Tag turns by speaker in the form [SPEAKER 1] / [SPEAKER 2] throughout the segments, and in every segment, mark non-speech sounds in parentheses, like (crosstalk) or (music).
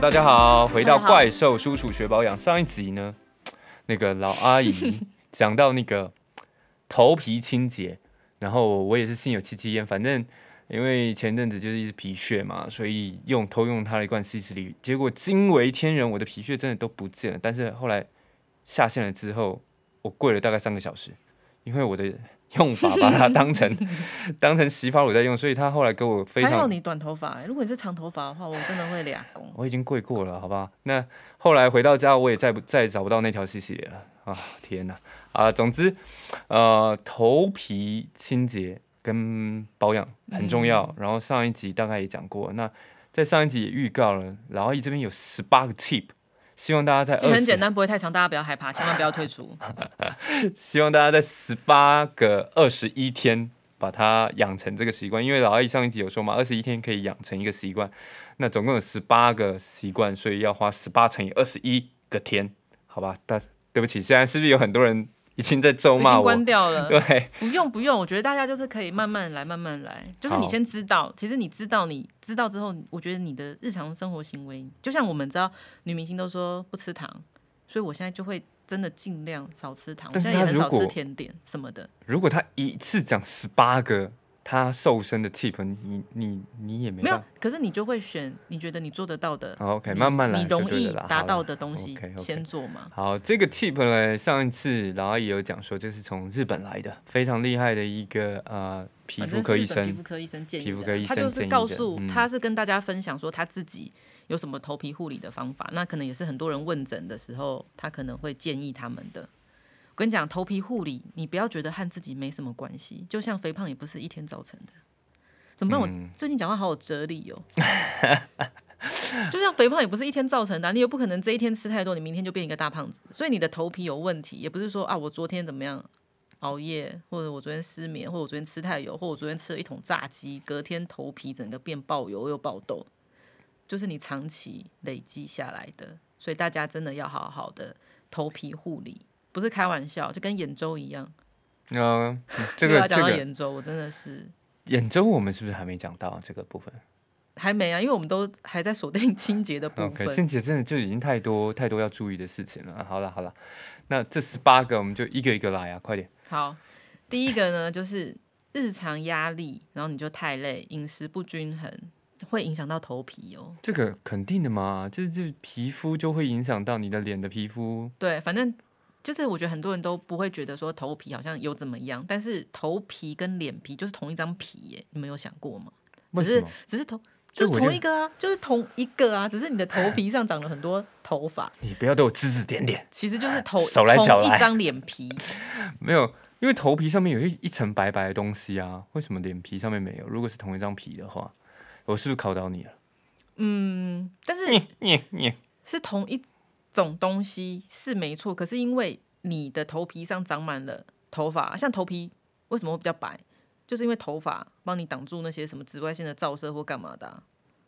[SPEAKER 1] 大家好，回到
[SPEAKER 2] 大家好
[SPEAKER 1] 怪兽叔叔学保养上一集呢，那个老阿
[SPEAKER 2] (laughs)
[SPEAKER 1] 姨讲到那个头皮清洁，然后我也是心有戚戚焉，反正因为前阵子就是一直皮屑嘛，所以用偷用它的一罐 C 十里，结果惊为天人，我的皮屑真的都不见了。但是后来下线了之后，我跪了大概三个小时，因为我的用法把它当成 (laughs) 当成洗发乳在用，所以他后来给我非
[SPEAKER 2] 还好
[SPEAKER 1] 常
[SPEAKER 2] 你短头发、欸如果你是长头发的话，我真的会俩公。
[SPEAKER 1] (laughs) 我已经跪过了，好吧？那后来回到家，我也再不再也找不到那条细细了啊！天哪啊！总之，呃，头皮清洁跟保养很重
[SPEAKER 2] 嗯
[SPEAKER 1] 要。然后上一集大概也讲过，那在上一集也预告了，老阿姨这边有十八个 tip，希望大家在
[SPEAKER 2] 这
[SPEAKER 1] 二
[SPEAKER 2] 很简
[SPEAKER 1] 十，
[SPEAKER 2] 单，不会太长，大家不要害怕，千万不要退出。
[SPEAKER 1] 希望大家在十八个二十一天把它养成这个习惯，因为老阿姨上一集有说嘛，二十一天可以养成一个习惯，那总共有十八个习惯，所以要花十八乘以二十一个天，好吧？但对不起，现在是不是有很多人已经在咒
[SPEAKER 2] 我已
[SPEAKER 1] 骂 (laughs)
[SPEAKER 2] 经
[SPEAKER 1] 我
[SPEAKER 2] 关？掉了，
[SPEAKER 1] 对，
[SPEAKER 2] 不用不用，我觉得大家就是可以慢慢来，慢慢来。就是你
[SPEAKER 1] 好
[SPEAKER 2] 先知道，其实你知道你，知道之后，我觉得你的日常生活行为，就像我们知道女明星都说不吃糖，所以我现在就会真的尽量少吃糖，我
[SPEAKER 1] 但是
[SPEAKER 2] 现在
[SPEAKER 1] 她
[SPEAKER 2] 也很
[SPEAKER 1] 如
[SPEAKER 2] 少吃
[SPEAKER 1] 果
[SPEAKER 2] 甜点什么的。
[SPEAKER 1] 如果他一次讲十八个他瘦身的 tip，你你你也没
[SPEAKER 2] 没有
[SPEAKER 1] 办，
[SPEAKER 2] 可是你就会选你觉得你做得到的，
[SPEAKER 1] 法。OK，
[SPEAKER 2] 你
[SPEAKER 1] 慢慢来
[SPEAKER 2] 你
[SPEAKER 1] 就
[SPEAKER 2] 容
[SPEAKER 1] 对
[SPEAKER 2] 易
[SPEAKER 1] 了啦，
[SPEAKER 2] 达
[SPEAKER 1] 好
[SPEAKER 2] 到
[SPEAKER 1] 啦
[SPEAKER 2] 的东西
[SPEAKER 1] OK，OK
[SPEAKER 2] 先做嘛。
[SPEAKER 1] 好，这个 tip 呢，上一次老阿姨有讲说，这是从日本来的，非常厉害的一个呃皮
[SPEAKER 2] 反
[SPEAKER 1] 肤
[SPEAKER 2] 正
[SPEAKER 1] 科
[SPEAKER 2] 是
[SPEAKER 1] 医
[SPEAKER 2] 日本皮
[SPEAKER 1] 生
[SPEAKER 2] 肤。科医生建议
[SPEAKER 1] 皮
[SPEAKER 2] 的
[SPEAKER 1] 肤科医
[SPEAKER 2] 他
[SPEAKER 1] 生
[SPEAKER 2] 就
[SPEAKER 1] 建
[SPEAKER 2] 是
[SPEAKER 1] 议
[SPEAKER 2] 告
[SPEAKER 1] 的
[SPEAKER 2] 诉
[SPEAKER 1] 嗯
[SPEAKER 2] 他是跟大家分享说他自己有什么头皮护理的方法，那可能也是很多人问诊的时候，他可能会建议他们的。我跟你讲，头皮护理你不要觉得和自己没什么关系，就像肥胖也不是一天造成的。怎么办？
[SPEAKER 1] 嗯
[SPEAKER 2] 我最近讲话好有哲理哦。 (laughs) 就像肥胖也不是一天造成的啊、你也不可能这一天吃太多，你明天就变一个大胖子。所以你的头皮有问题，也不是说啊，我昨天怎么样熬夜，或者我昨天失眠，或者我昨天吃太油，或者我昨天吃了一桶炸鸡，隔天头皮整个变爆油又爆痘，就是你长期累积下来的。所以大家真的要好好的头皮护理，不是开玩笑，就跟眼周一样。
[SPEAKER 1] 嗯、
[SPEAKER 2] (laughs)
[SPEAKER 1] 呃，这
[SPEAKER 2] 又
[SPEAKER 1] 个
[SPEAKER 2] 要
[SPEAKER 1] 这
[SPEAKER 2] 讲到
[SPEAKER 1] 个
[SPEAKER 2] 眼周，我真的是
[SPEAKER 1] 眼周我们是不是还没讲到这个部分
[SPEAKER 2] 还没啊，因为我们都还在锁定清洁的部
[SPEAKER 1] ？OK，
[SPEAKER 2] 分。
[SPEAKER 1] 郑姐真的就已经太多太多要注意的事情了。啊好了好了，那这十八个我们就一个一个来啊，快点。
[SPEAKER 2] 好，第一个呢就是日常压力，然后你就太累，饮食不均衡会影响到头皮哦。
[SPEAKER 1] 这个肯定的嘛，就是这皮肤就会影响到你的脸的皮肤。
[SPEAKER 2] 对，反正就是我觉得很多人都不会觉得说头皮好像有怎么样，但是头皮跟脸皮就是同一张皮耶，你们有想过吗？
[SPEAKER 1] 为
[SPEAKER 2] 只
[SPEAKER 1] 什
[SPEAKER 2] 是
[SPEAKER 1] 么？
[SPEAKER 2] 只是头。
[SPEAKER 1] 这
[SPEAKER 2] 就
[SPEAKER 1] 我
[SPEAKER 2] 是
[SPEAKER 1] 就
[SPEAKER 2] 同一个啊，就是同一个啊，只是你的头皮上长了很多头发，
[SPEAKER 1] 你不要对我指指点点。
[SPEAKER 2] 其实
[SPEAKER 1] (laughs)
[SPEAKER 2] 就是头
[SPEAKER 1] 手来脚
[SPEAKER 2] 同
[SPEAKER 1] 来
[SPEAKER 2] 一张脸皮，
[SPEAKER 1] 没有，因为头皮上面有一一层白白的东西啊，为什么脸皮上面没有？如果是同一张皮的话，我是不是考倒你
[SPEAKER 2] (laughs)
[SPEAKER 1] 了？
[SPEAKER 2] 但是是同一种东西是没错，可是因为你的头皮上长满了头发，像头皮为什么会比较白，就是因为头发帮你挡住那些什么紫外线的照射或干嘛的啊、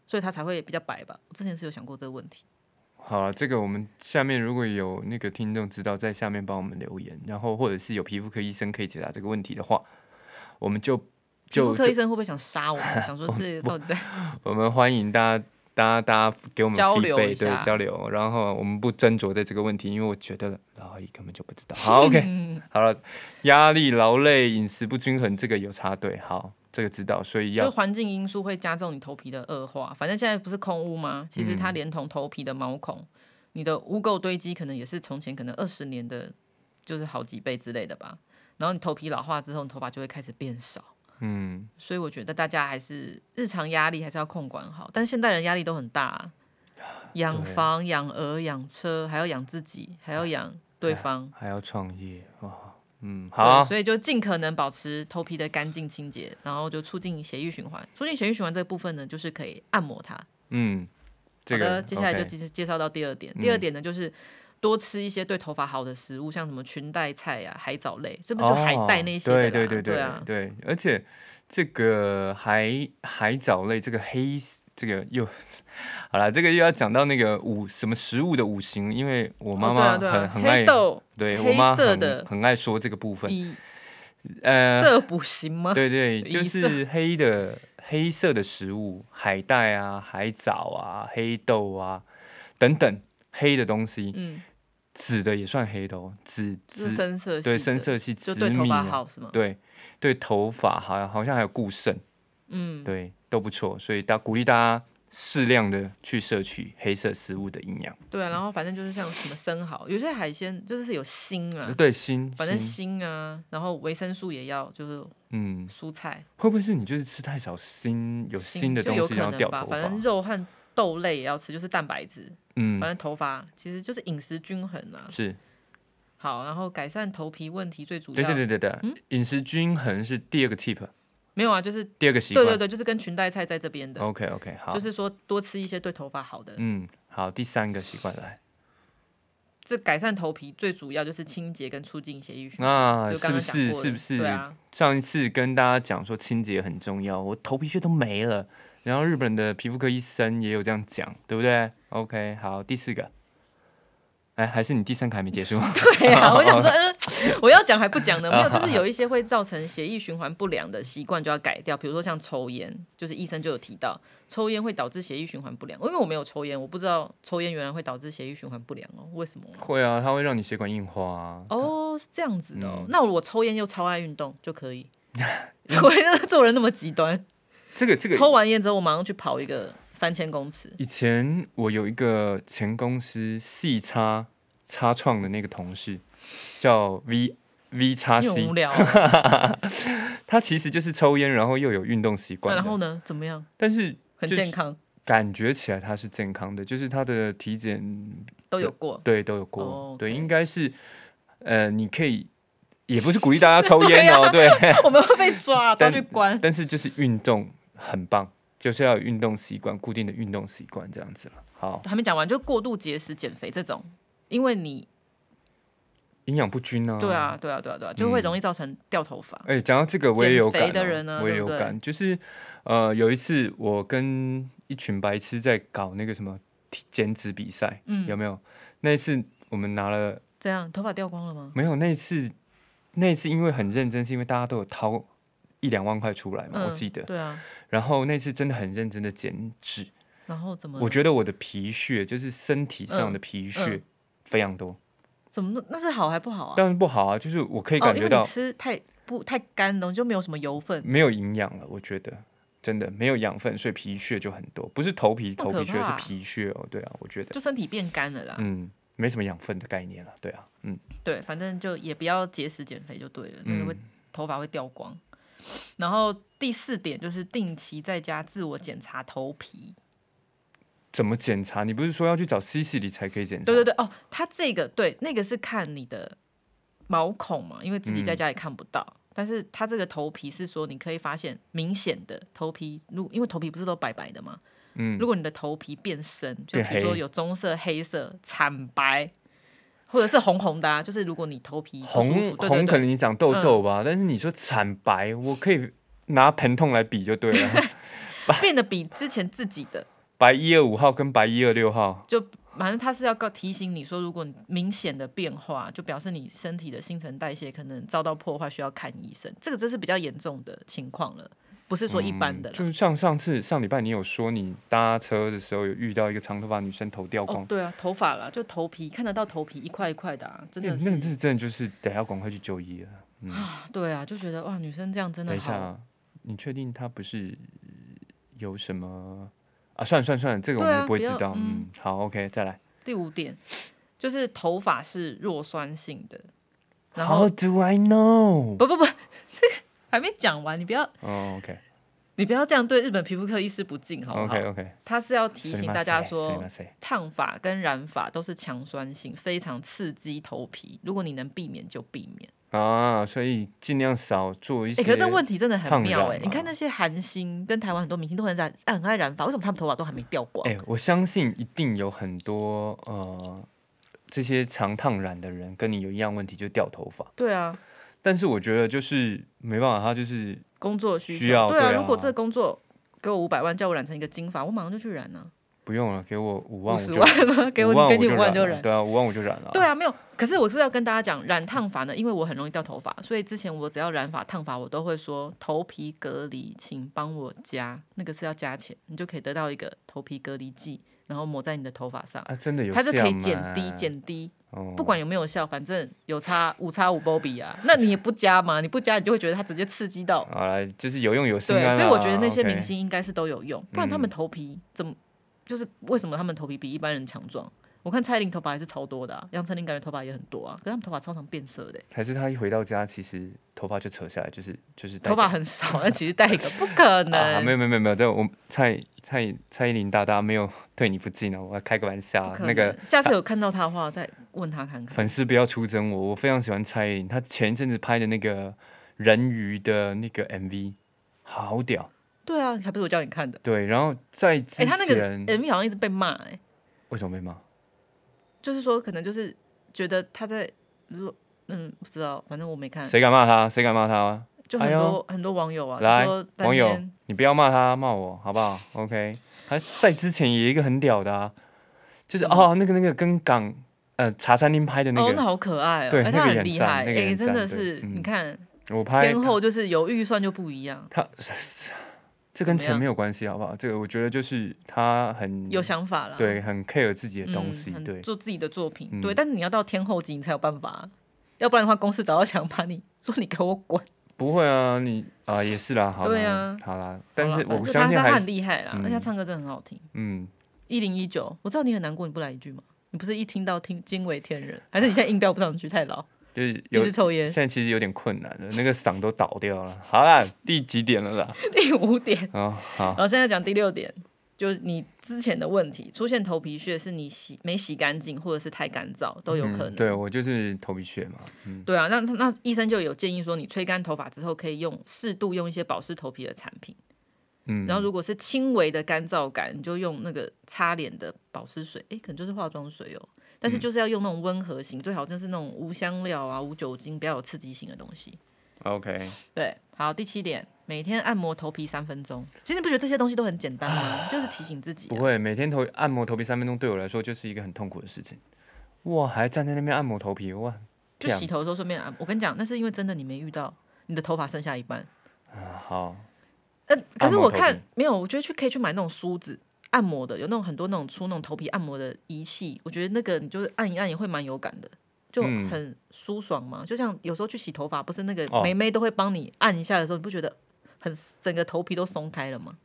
[SPEAKER 2] 所以它才会比较白吧。我之前是有想过这个问题，
[SPEAKER 1] 好了，这个我们下面如果有那个听众知道，在下面帮我们留言，然后或者是有皮肤科医生可以解答这个问题的话，我们就
[SPEAKER 2] 皮
[SPEAKER 1] 就
[SPEAKER 2] 肤科医
[SPEAKER 1] 就
[SPEAKER 2] 生会不会想杀我们？想说是到底在
[SPEAKER 1] 我们欢迎大家。大家，大家给我们
[SPEAKER 2] 交流
[SPEAKER 1] feedback，
[SPEAKER 2] 一下
[SPEAKER 1] 对交流，然后我们不斟酌在这个问题，因为我觉得老阿姨根本就不知道。
[SPEAKER 2] (laughs)
[SPEAKER 1] 好，OK，好
[SPEAKER 2] 嗯
[SPEAKER 1] 了，压力、劳累、饮食不均衡，这个有插队，好，这个知道，所以要
[SPEAKER 2] 就环境因素会加重你头皮的恶化。反正现在不是空污吗？其实
[SPEAKER 1] 嗯
[SPEAKER 2] 它连同头皮的毛孔，你的污垢堆积可能也是从前可能二十年的，就是好几倍之类的吧。然后你头皮老化之后，你头发就会开始变少。
[SPEAKER 1] 嗯，
[SPEAKER 2] 所以我觉得大家还是日常压力还是要控管好，但是现代人压力都很大啊、养
[SPEAKER 1] 对
[SPEAKER 2] 房、养儿、养车，还要养自己，还要养
[SPEAKER 1] 哎
[SPEAKER 2] 对方。
[SPEAKER 1] 还要创业哇，嗯，好
[SPEAKER 2] 对
[SPEAKER 1] 啊，
[SPEAKER 2] 所以就尽可能保持头皮的干净清洁，然后就促进血液循环。促进血液循环这个部分呢，就是可以按摩它。
[SPEAKER 1] 嗯，这
[SPEAKER 2] 好
[SPEAKER 1] 个
[SPEAKER 2] 的，接下来就
[SPEAKER 1] OK 嗯
[SPEAKER 2] 介介绍到第二点。第二点呢，就是多吃一些对头发好的食物，像什么裙带菜呀、海藻类，是不是有海带那些
[SPEAKER 1] 哦
[SPEAKER 2] 的啦、
[SPEAKER 1] 对对对
[SPEAKER 2] 对
[SPEAKER 1] 对
[SPEAKER 2] 啊，
[SPEAKER 1] 对，而且这个海海藻类，这个黑这个又好了，这个又要讲到那个五什么食物的五行，因为我妈妈
[SPEAKER 2] 哦
[SPEAKER 1] 很、
[SPEAKER 2] 对啊对啊
[SPEAKER 1] 很爱
[SPEAKER 2] 黑，豆
[SPEAKER 1] 对我
[SPEAKER 2] 黑
[SPEAKER 1] 妈
[SPEAKER 2] 色
[SPEAKER 1] 很
[SPEAKER 2] 的
[SPEAKER 1] 很爱说这个部分，
[SPEAKER 2] 以
[SPEAKER 1] 呃，
[SPEAKER 2] 色补行吗？
[SPEAKER 1] 对对，就
[SPEAKER 2] 一色
[SPEAKER 1] 是黑的黑色的食物，海带啊、海藻啊、黑豆啊，等等黑的东西，
[SPEAKER 2] 嗯，
[SPEAKER 1] 紫的也算黑的哦，紫
[SPEAKER 2] 就
[SPEAKER 1] 紫
[SPEAKER 2] 是深色系的，
[SPEAKER 1] 对深色系
[SPEAKER 2] 就
[SPEAKER 1] 紫
[SPEAKER 2] 对头
[SPEAKER 1] 米
[SPEAKER 2] 发
[SPEAKER 1] 啊，
[SPEAKER 2] 好是吗？
[SPEAKER 1] 对对头发好像好像还有固肾，
[SPEAKER 2] 嗯，
[SPEAKER 1] 对都不错，所以大鼓励大家适量的去摄取黑色食物的营养，
[SPEAKER 2] 对啊，然后反正就是像什么生蚝，有些海鲜就是有锌啊，
[SPEAKER 1] 对锌
[SPEAKER 2] 反正
[SPEAKER 1] 锌
[SPEAKER 2] 锌啊，然后维生素也要，就是
[SPEAKER 1] 嗯，
[SPEAKER 2] 蔬菜
[SPEAKER 1] 会不会是你就是吃太少锌有锌的
[SPEAKER 2] 就
[SPEAKER 1] 东
[SPEAKER 2] 有
[SPEAKER 1] 西，
[SPEAKER 2] 可
[SPEAKER 1] 然后
[SPEAKER 2] 能
[SPEAKER 1] 掉
[SPEAKER 2] 吧
[SPEAKER 1] 头，
[SPEAKER 2] 反正
[SPEAKER 1] 发？
[SPEAKER 2] 肉和豆类也要吃，就是蛋白质，
[SPEAKER 1] 嗯
[SPEAKER 2] 反，正头发其实就是饮食均衡啊。
[SPEAKER 1] 是
[SPEAKER 2] 好，然后改善头皮问题最主要
[SPEAKER 1] 对对对对
[SPEAKER 2] 嗯
[SPEAKER 1] 对，饮食均衡是第二个 tip，
[SPEAKER 2] 没有啊，就是
[SPEAKER 1] 第二个习
[SPEAKER 2] 对对
[SPEAKER 1] 惯。
[SPEAKER 2] 对，就是跟裙带菜在这边的，
[SPEAKER 1] OK OK，好，
[SPEAKER 2] 就是说多吃一些对头发好的。
[SPEAKER 1] 嗯，好，第三个习惯来，
[SPEAKER 2] 这改善头皮最主要就是清洁跟促进血液循环。
[SPEAKER 1] 那
[SPEAKER 2] 就是刚
[SPEAKER 1] 不
[SPEAKER 2] 刚讲
[SPEAKER 1] 是
[SPEAKER 2] 过
[SPEAKER 1] 是
[SPEAKER 2] 的
[SPEAKER 1] 不是
[SPEAKER 2] 对啊，
[SPEAKER 1] 上一次跟大家讲说清洁很重要，我头皮屑都没了。然后日本的皮肤科医生也有这样讲，对不对？OK，好，第四个，哎，还是你第三个还没结束
[SPEAKER 2] (laughs) 对啊，我想说，呃，我要讲还不 (laughs) 讲呢，没有，就是有一些会造成血液循环不良的习惯就要改掉，比如说像抽烟，就是医生就有提到，抽烟会导致血液循环不良，因为我没有抽烟，我不知道抽烟原来会导致血液循环不良哦，为什么？
[SPEAKER 1] 会啊，它会让你血管硬化、啊。
[SPEAKER 2] (laughs) 哦，是这样子的、哦
[SPEAKER 1] 嗯
[SPEAKER 2] 那我抽烟又超爱运动就可以， (laughs) 我做人那么极端，
[SPEAKER 1] 这个这个，
[SPEAKER 2] 抽完烟之后我马上去跑一个三千公尺，
[SPEAKER 1] 以前我有一个前公司细叉叉创的那个同事，叫 V V 叉
[SPEAKER 2] 你很
[SPEAKER 1] C，
[SPEAKER 2] 无聊啊、 (laughs)
[SPEAKER 1] 他其实就是抽烟，然后又有运动习
[SPEAKER 2] 那
[SPEAKER 1] 惯
[SPEAKER 2] 然后
[SPEAKER 1] 的，
[SPEAKER 2] 呢？怎么样？
[SPEAKER 1] 但是
[SPEAKER 2] 很
[SPEAKER 1] 就是
[SPEAKER 2] 健康，
[SPEAKER 1] 感觉起来他是健康的，就是他的体检
[SPEAKER 2] 都有过。 (laughs)
[SPEAKER 1] 对都有过，
[SPEAKER 2] 哦，OK
[SPEAKER 1] 对，应该是呃，你可以也不是鼓励大家抽烟
[SPEAKER 2] (laughs)
[SPEAKER 1] 哦，对， (laughs)
[SPEAKER 2] 我们会被 (laughs) 抓，抓
[SPEAKER 1] 但
[SPEAKER 2] 去关。
[SPEAKER 1] 但是就是运动很棒，就是要有运动习惯，固定的运动习惯这样子了。好，
[SPEAKER 2] 还没讲完，就过度节食、减肥这种，因为你
[SPEAKER 1] 营养不均呢、
[SPEAKER 2] 对，啊，对啊，对啊，对啊，就会容易造成掉头发。
[SPEAKER 1] 哎、讲到这个我也有感、哦
[SPEAKER 2] 减肥的人啊
[SPEAKER 1] 我也
[SPEAKER 2] 对
[SPEAKER 1] 有
[SPEAKER 2] 不对
[SPEAKER 1] 感，就是呃，有一次我跟一群白痴在搞那个什么体减脂比赛，
[SPEAKER 2] 嗯
[SPEAKER 1] 有没有？那一次我们拿了
[SPEAKER 2] 这样头发掉光了吗？
[SPEAKER 1] 没有？那一次那一次因为很认真，是因为大家都有掏一两万块出来嘛，我记得。
[SPEAKER 2] 对啊，
[SPEAKER 1] 然后那次真的很认真的减脂，
[SPEAKER 2] 然后怎么了？
[SPEAKER 1] 我觉得我的皮屑就是身体上的皮屑
[SPEAKER 2] 嗯
[SPEAKER 1] 非常多，
[SPEAKER 2] 怎么那是好还不好啊？
[SPEAKER 1] 当然不好啊，就是我可以
[SPEAKER 2] 哦，
[SPEAKER 1] 感
[SPEAKER 2] 因
[SPEAKER 1] 觉
[SPEAKER 2] 为
[SPEAKER 1] 到嗯
[SPEAKER 2] 你吃太不太干了，你就没有什么油分，
[SPEAKER 1] 没有营养了，我觉得真的没有养分，所以皮屑就很多，不是头皮
[SPEAKER 2] 那么
[SPEAKER 1] 头皮屑
[SPEAKER 2] 可
[SPEAKER 1] 是
[SPEAKER 2] 怕啊
[SPEAKER 1] 皮屑哦，对啊，我觉得
[SPEAKER 2] 就身体变干了啦。
[SPEAKER 1] 嗯没什么养分的概念了，对啊，嗯
[SPEAKER 2] 对，反正就也不要节食减肥就对了，那个会
[SPEAKER 1] 嗯
[SPEAKER 2] 头发会掉光。然后第四点就是定期在家自我检查头皮。
[SPEAKER 1] 怎么检查？你不是说要去找 C C 里才可以检查？
[SPEAKER 2] 对对对，哦，它这个对那个是看你的毛孔嘛，因为自己在
[SPEAKER 1] 嗯
[SPEAKER 2] 家也看不到。但是它这个头皮是说，你可以发现明显的头皮，如因为头皮不是都白白的嘛，
[SPEAKER 1] 嗯
[SPEAKER 2] 如果你的头皮变深，就
[SPEAKER 1] 变
[SPEAKER 2] 比如说
[SPEAKER 1] 黑
[SPEAKER 2] 有棕色、黑色、惨白，或者是红红的、啊，就是如果你头皮不舒
[SPEAKER 1] 红
[SPEAKER 2] 服对对
[SPEAKER 1] 红
[SPEAKER 2] 对嗯
[SPEAKER 1] 可能你长痘痘吧，但是你说惨白，我可以拿盆痛来比就对了，
[SPEAKER 2] (laughs) 变得比之前自己的
[SPEAKER 1] 白一二五号跟白一二六号。
[SPEAKER 2] 就反正他是要告提醒你说，如果你明显的变化，就表示你身体的新陈代谢可能遭到破坏，需要看医生。这个真是比较严重的情况了，不是说一般
[SPEAKER 1] 嗯
[SPEAKER 2] 的啦。
[SPEAKER 1] 就像上次上礼拜你有说你搭车的时候有遇到一个长头发女生头掉光，
[SPEAKER 2] 哦，对啊，头发啦，就头皮看得到头皮一块一块的、啊，真
[SPEAKER 1] 那
[SPEAKER 2] 的
[SPEAKER 1] 哎那
[SPEAKER 2] 是
[SPEAKER 1] 这真的就是得要赶快去就医了。
[SPEAKER 2] 对啊，就觉得哇，女生这样真
[SPEAKER 1] 等
[SPEAKER 2] 的
[SPEAKER 1] 一下
[SPEAKER 2] 好。
[SPEAKER 1] 啊，你确定她不是呃有什么啊？算了算了算了，这个我
[SPEAKER 2] 对啊
[SPEAKER 1] 们不会
[SPEAKER 2] 不
[SPEAKER 1] 知
[SPEAKER 2] 要
[SPEAKER 1] 道。
[SPEAKER 2] 嗯
[SPEAKER 1] 嗯，好，OK，再来。
[SPEAKER 2] 第五点就是头发是弱酸性的，然后
[SPEAKER 1] How do I know？
[SPEAKER 2] 不不不，这个还没讲完，你不要
[SPEAKER 1] 哦，OK
[SPEAKER 2] 你不要这样对日本皮肤科医师不敬好不好
[SPEAKER 1] OK OK，
[SPEAKER 2] 他是要提醒大家说，
[SPEAKER 1] 谁
[SPEAKER 2] 烫发跟染发都是强酸性，非常刺激头皮。如果你能避免就避免。
[SPEAKER 1] 啊，所以尽量少做一
[SPEAKER 2] 哎、
[SPEAKER 1] 些。
[SPEAKER 2] 可是这问题真的很妙
[SPEAKER 1] 烫
[SPEAKER 2] 哎、
[SPEAKER 1] 染嘛啊
[SPEAKER 2] 你看那些韩星跟台湾很多明星都很染，很爱染发，为什么他们头发都还没掉光？
[SPEAKER 1] 哎、我相信一定有很多呃，这些常烫染的人跟你有一样问题，就掉头发。
[SPEAKER 2] 对啊，
[SPEAKER 1] 但是我觉得就是没办法，他就是
[SPEAKER 2] 工作需求。
[SPEAKER 1] 需要
[SPEAKER 2] 对啊，
[SPEAKER 1] 对啊
[SPEAKER 2] 如果这个工作给我五百万，叫我染成一个金发，我马上就去染啊，
[SPEAKER 1] 不用了，给我五万我
[SPEAKER 2] 五十
[SPEAKER 1] 就
[SPEAKER 2] 万吗？给我
[SPEAKER 1] 五万
[SPEAKER 2] 你给你
[SPEAKER 1] 就
[SPEAKER 2] 五万就
[SPEAKER 1] 了
[SPEAKER 2] 染。
[SPEAKER 1] 对啊，五万我就染了。
[SPEAKER 2] 对，啊，没有。可是我是要跟大家讲，染烫发呢，因为我很容易掉头发，所以之前我只要染发、烫发，我都会说头皮隔离，请帮我加，那个是要加钱，你就可以得到一个头皮隔离剂，然后抹在你的头发上，
[SPEAKER 1] 啊，真的有
[SPEAKER 2] 它就可以
[SPEAKER 1] 效
[SPEAKER 2] 减
[SPEAKER 1] 吗
[SPEAKER 2] 低，减低，
[SPEAKER 1] 哦
[SPEAKER 2] 不管有没有效，反正有差五差五波
[SPEAKER 1] (laughs)
[SPEAKER 2] 比啊。那你也不加嘛，你不加你就会觉得它直接刺激到。
[SPEAKER 1] 好啦，就是有用有心
[SPEAKER 2] 对
[SPEAKER 1] 安，啦
[SPEAKER 2] 所以我觉得那些
[SPEAKER 1] OK 嗯
[SPEAKER 2] 明星应该是都有用，不然他们头皮怎么就是为什么他们头皮比一般人强壮？我看蔡依林头发还是超多的、啊，杨丞琳感觉头发也很多啊，可是他们头发超常变色的欸、
[SPEAKER 1] 还是他一回到家，其实头发就扯下来，就是就是戴
[SPEAKER 2] 头发
[SPEAKER 1] 假
[SPEAKER 2] 很少，但其实戴一个不
[SPEAKER 1] (laughs)
[SPEAKER 2] 可
[SPEAKER 1] 啊，
[SPEAKER 2] 能，
[SPEAKER 1] 没有没有没有没有，这我蔡蔡蔡依林大大没有对你不敬哦，我开个玩笑
[SPEAKER 2] 不
[SPEAKER 1] 啊，
[SPEAKER 2] 可
[SPEAKER 1] 那个
[SPEAKER 2] 能下次有看到他的话再问他看看。
[SPEAKER 1] 粉丝不要出征我，我非常喜欢蔡依林，她前一阵子拍的那个人鱼的那个 MV 好屌，
[SPEAKER 2] 对啊，还不是我叫你看的。
[SPEAKER 1] 对，然后在之
[SPEAKER 2] 哎、他那个
[SPEAKER 1] 前、
[SPEAKER 2] MV 好像一直被骂，哎，
[SPEAKER 1] 为什么被骂？
[SPEAKER 2] 就是说可能就是觉得他在露，嗯，不知道，反正我没看，
[SPEAKER 1] 谁敢骂他？谁敢骂他、
[SPEAKER 2] 就很
[SPEAKER 1] 哎
[SPEAKER 2] 多
[SPEAKER 1] 呦、
[SPEAKER 2] 很多网友啊，
[SPEAKER 1] 来
[SPEAKER 2] 就说在那
[SPEAKER 1] 网友
[SPEAKER 2] 边，
[SPEAKER 1] 你不要骂他，骂我好不好？OK。还在之前也有一个很屌的啊，就是、哦，那个那个跟港呃茶餐厅拍的那
[SPEAKER 2] 哦，
[SPEAKER 1] 个，
[SPEAKER 2] 那好可爱哦，
[SPEAKER 1] 对那
[SPEAKER 2] 哎、
[SPEAKER 1] 个
[SPEAKER 2] 他
[SPEAKER 1] 也
[SPEAKER 2] 很
[SPEAKER 1] 很
[SPEAKER 2] 厉
[SPEAKER 1] 赞
[SPEAKER 2] 害，哎、
[SPEAKER 1] 那个也很
[SPEAKER 2] 真的
[SPEAKER 1] 赞对
[SPEAKER 2] 是，
[SPEAKER 1] 嗯
[SPEAKER 2] 你看
[SPEAKER 1] 我拍
[SPEAKER 2] 天后就是有预算就不一样，
[SPEAKER 1] 他，这跟
[SPEAKER 2] 怎么
[SPEAKER 1] 钱
[SPEAKER 2] 样
[SPEAKER 1] 没有关系好不好？这个我觉得就是他很
[SPEAKER 2] 有想法啦，
[SPEAKER 1] 嗯对，很 care 自己的
[SPEAKER 2] 嗯，
[SPEAKER 1] 东西，
[SPEAKER 2] 很
[SPEAKER 1] 对，
[SPEAKER 2] 做自己的作品，
[SPEAKER 1] 嗯
[SPEAKER 2] 对，但是你要到天后级你才有办法啊、要不然的话公司早就想把你说你给我滚，
[SPEAKER 1] 不会啊，你啊、也是啦，好啦
[SPEAKER 2] 对啊
[SPEAKER 1] 好啦，但
[SPEAKER 2] 好
[SPEAKER 1] 是
[SPEAKER 2] 啦反
[SPEAKER 1] 我
[SPEAKER 2] 正就
[SPEAKER 1] 相
[SPEAKER 2] 他
[SPEAKER 1] 信
[SPEAKER 2] 他
[SPEAKER 1] 还
[SPEAKER 2] 很
[SPEAKER 1] 是
[SPEAKER 2] 厉害啦，而且他
[SPEAKER 1] 嗯
[SPEAKER 2] 唱歌真的很好听。
[SPEAKER 1] 嗯，
[SPEAKER 2] 一零一九，我知道你很难过，你不来一句吗？你不是一听到听惊为天人，还是你现在音标不上去太老，
[SPEAKER 1] 就是
[SPEAKER 2] 一
[SPEAKER 1] 有
[SPEAKER 2] 直抽烟
[SPEAKER 1] 现？在其实有点困难了，那个嗓都倒掉了。好啦，第几点了 (laughs) 啦？
[SPEAKER 2] (laughs) 第五点，
[SPEAKER 1] 哦，好
[SPEAKER 2] 然，后现在讲第六点，就是你之前的问题，出现头皮屑是你洗没洗干净，或者是太干燥都有可能。
[SPEAKER 1] 嗯对我就是头皮屑嘛，嗯，
[SPEAKER 2] 对啊，那那医生就有建议说，你吹干头发之后可以用适度用一些保湿头皮的产品，
[SPEAKER 1] 嗯
[SPEAKER 2] 然后如果是轻微的干燥感，你就用那个擦脸的保湿水，诶，可能就是化妆水哦，但
[SPEAKER 1] 嗯
[SPEAKER 2] 是就是要用那种温和型，最好就是那种无香料啊、无酒精，不要有刺激性的东西。
[SPEAKER 1] OK，
[SPEAKER 2] 对，好，第七点，每天按摩头皮三分钟。其实你不觉得这些东西都很简单吗？就是提醒自己、
[SPEAKER 1] 不
[SPEAKER 2] 啊。
[SPEAKER 1] 会，每天头按摩头皮三分钟对我来说就是一个很痛苦的事情。哇，还站在那边按摩头皮，哇，
[SPEAKER 2] 就洗头的时候顺便按，啊我跟你讲，那是因为真的你没遇到，你的头发剩下一半。
[SPEAKER 1] 啊好，
[SPEAKER 2] 呃，可
[SPEAKER 1] 按
[SPEAKER 2] 是
[SPEAKER 1] 摩
[SPEAKER 2] 我
[SPEAKER 1] 头
[SPEAKER 2] 看
[SPEAKER 1] 皮
[SPEAKER 2] 没有，我觉得去可以去买那种梳子按摩的，有那种很多那种出那种头皮按摩的仪器，我觉得那个你就是按一按也会蛮有感的，就
[SPEAKER 1] 嗯
[SPEAKER 2] 很舒爽嘛。就像有时候去洗头发，不是那个
[SPEAKER 1] 哦
[SPEAKER 2] 妹妹都会帮你按一下的时候，你不觉得很整个头皮都松开了吗？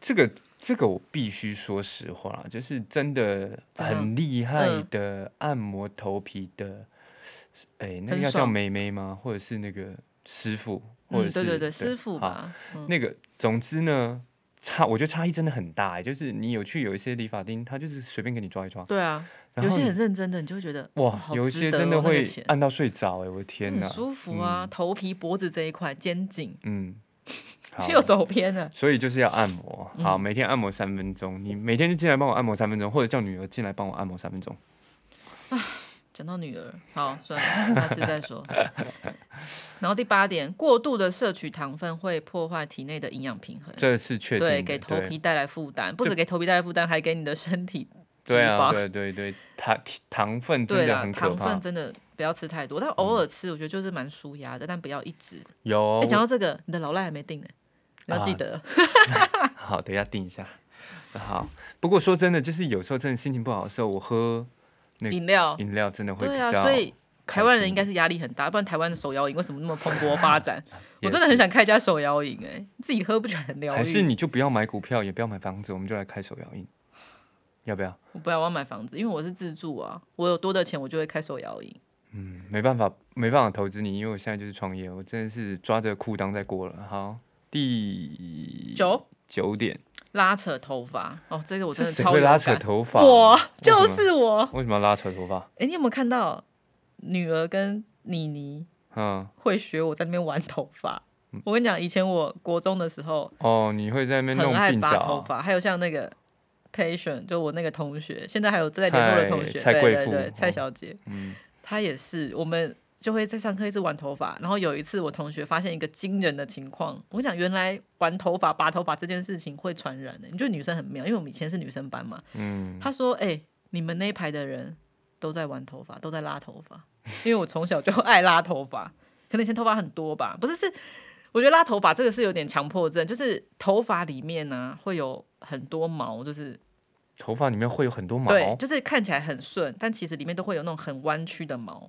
[SPEAKER 1] 这个这个我必须说实话，就是真的
[SPEAKER 2] 怎样
[SPEAKER 1] 很厉害
[SPEAKER 2] 嗯
[SPEAKER 1] 的按摩头皮的，哎、那
[SPEAKER 2] 很
[SPEAKER 1] 个要叫
[SPEAKER 2] 爽
[SPEAKER 1] 妹妹吗？或者是那个师傅，或者
[SPEAKER 2] 嗯，
[SPEAKER 1] 是、
[SPEAKER 2] 对对对，师傅
[SPEAKER 1] 好
[SPEAKER 2] 吧，嗯，
[SPEAKER 1] 那个，总之呢，差我觉得差异真的很大、欸。就是你有去有一些理发店，他就是随便给你抓一抓，
[SPEAKER 2] 对啊，有
[SPEAKER 1] 然后
[SPEAKER 2] 些
[SPEAKER 1] 你
[SPEAKER 2] 很认真的，你就会觉得
[SPEAKER 1] 哇，
[SPEAKER 2] 好
[SPEAKER 1] 有一
[SPEAKER 2] 值
[SPEAKER 1] 些
[SPEAKER 2] 得
[SPEAKER 1] 真
[SPEAKER 2] 哦
[SPEAKER 1] 的
[SPEAKER 2] 那个
[SPEAKER 1] 会
[SPEAKER 2] 钱
[SPEAKER 1] 按到睡着哎、我的天
[SPEAKER 2] 很
[SPEAKER 1] 哪，
[SPEAKER 2] 舒服啊，头皮、脖子这一块、肩颈，
[SPEAKER 1] 嗯，
[SPEAKER 2] (laughs)
[SPEAKER 1] 好，
[SPEAKER 2] 又走嗯偏了。
[SPEAKER 1] 所以就是要按摩，好，每天按摩三分钟，你每天就进来帮我按摩三分钟，或者叫女儿进来帮我按摩三分钟。
[SPEAKER 2] 嗯讲到女儿，好，算了， (laughs) 下次再说。然后第八点，过度的摄取糖分会破坏体内的营养平衡，
[SPEAKER 1] 这是确定的，
[SPEAKER 2] 对，给头
[SPEAKER 1] 对
[SPEAKER 2] 皮带来负担，不止给头皮带来负担，还给你的身体脂
[SPEAKER 1] 对啊，
[SPEAKER 2] 肪。
[SPEAKER 1] 对对对，糖糖分真
[SPEAKER 2] 对
[SPEAKER 1] 的
[SPEAKER 2] 啦
[SPEAKER 1] 很，可
[SPEAKER 2] 糖
[SPEAKER 1] 怕嗯
[SPEAKER 2] 分。真的不要吃太多，但偶尔吃，我觉得就是蛮舒压的，但不要一直。
[SPEAKER 1] 有
[SPEAKER 2] 哎，，讲到这个，你的老赖还没定呢，你要记
[SPEAKER 1] 啊
[SPEAKER 2] 得。
[SPEAKER 1] 好，等一下定一下。好，不过说真的，就是有时候真的心情不好的时候，我喝那个
[SPEAKER 2] 饮料，
[SPEAKER 1] 饮料真的会比
[SPEAKER 2] 对啊，
[SPEAKER 1] 较
[SPEAKER 2] 所以台湾人应
[SPEAKER 1] 开
[SPEAKER 2] 该是压力很大，不然台湾的手摇饮为什么那么蓬勃发展？
[SPEAKER 1] (laughs) 也
[SPEAKER 2] 我真的很想开一家手摇饮，哎，自己喝不觉得很疗
[SPEAKER 1] 还是
[SPEAKER 2] 愈？
[SPEAKER 1] 你就不要买股票，也不要买房子，我们就来开手摇印，要不要？
[SPEAKER 2] 我不要，我要买房子，因为我是自住啊，我有多的钱我就会开手摇饮。
[SPEAKER 1] 嗯，没办法，没办法投资你，因为我现在就是创业，我真的是抓着裤裆在过了。好，第
[SPEAKER 2] 九
[SPEAKER 1] 九点，
[SPEAKER 2] 拉扯头发，哦，这个我
[SPEAKER 1] 这
[SPEAKER 2] 真的
[SPEAKER 1] 谁
[SPEAKER 2] 超
[SPEAKER 1] 会
[SPEAKER 2] 有
[SPEAKER 1] 拉扯
[SPEAKER 2] 感
[SPEAKER 1] 头发？啊
[SPEAKER 2] 我
[SPEAKER 1] 什么
[SPEAKER 2] 就是我。
[SPEAKER 1] 为什么要拉扯头发？
[SPEAKER 2] 哎、你有没有看到女儿跟妮妮
[SPEAKER 1] 嗯，
[SPEAKER 2] 会学我在那边玩头发？我跟你讲，以前我国中的时候
[SPEAKER 1] 哦，你会嗯在那边
[SPEAKER 2] 很
[SPEAKER 1] 弄
[SPEAKER 2] 爱
[SPEAKER 1] 鬓
[SPEAKER 2] 拔头
[SPEAKER 1] 角，啊
[SPEAKER 2] 发，还有像那个 patient，就我那个同学，现在还有在联络的同学，
[SPEAKER 1] 蔡蔡贵妇
[SPEAKER 2] 对对对，蔡
[SPEAKER 1] 哦
[SPEAKER 2] 小姐，
[SPEAKER 1] 嗯，
[SPEAKER 2] 她也是我们。就会在上课一直玩头发，然后有一次我同学发现一个惊人的情况，我想原来玩头发、拔头发这件事情会传染的、你觉得女生很妙，因为我们以前是女生班嘛。
[SPEAKER 1] 嗯，
[SPEAKER 2] 她说：“哎、你们那一排的人都在玩头发，都在拉头发，因为我从小就爱拉头发，可能以前头发很多吧，不是是，我觉得拉头发这啊个是有点强迫症，就是头发里面呢、会有很多毛，就是
[SPEAKER 1] 头发里面会有很多毛，
[SPEAKER 2] 对，就是看起来很顺，但其实里面都会有那种很弯曲的毛，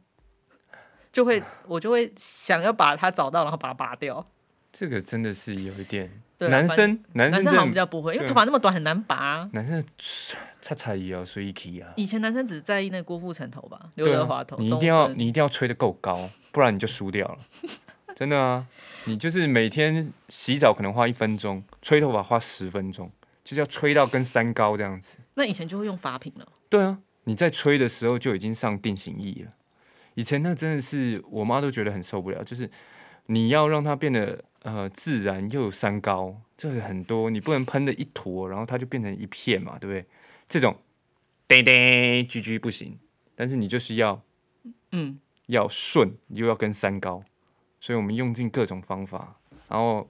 [SPEAKER 2] 就会我就会想要把它找到，然后把它拔掉。
[SPEAKER 1] 这个真的是有一点。
[SPEAKER 2] 对啊
[SPEAKER 1] 男
[SPEAKER 2] 反正
[SPEAKER 1] 生男生
[SPEAKER 2] 男生好像
[SPEAKER 1] 真
[SPEAKER 2] 比
[SPEAKER 1] 的
[SPEAKER 2] 较不会，因为
[SPEAKER 1] 对
[SPEAKER 2] 头发那么短很难拔啊。
[SPEAKER 1] 男生 (sniffs) 擦擦也要随意起啊。
[SPEAKER 2] 以前男生只在意那郭富城头吧，刘
[SPEAKER 1] 对
[SPEAKER 2] 德
[SPEAKER 1] 啊，
[SPEAKER 2] 华头，
[SPEAKER 1] 你一
[SPEAKER 2] 中
[SPEAKER 1] 定要
[SPEAKER 2] 分
[SPEAKER 1] 你一定要吹得够高，不然你就输
[SPEAKER 2] (laughs)
[SPEAKER 1] 掉了。真的啊，你就是每天洗澡可能花一分钟，吹头发花十分钟，就是要吹到跟三高这样子。
[SPEAKER 2] 那以前就会用发品了。
[SPEAKER 1] 对啊，你在吹的时候就已经上定型液了。以前那真的是我妈都觉得很受不了，就是你要让它变得呃自然又有三高，就是很多你不能喷的一坨，然后它就变成一片嘛，对不对？这种叮叮居居不行，但是你就是要
[SPEAKER 2] 嗯，
[SPEAKER 1] 要顺，又要跟三高，所以我们用尽各种方法，然后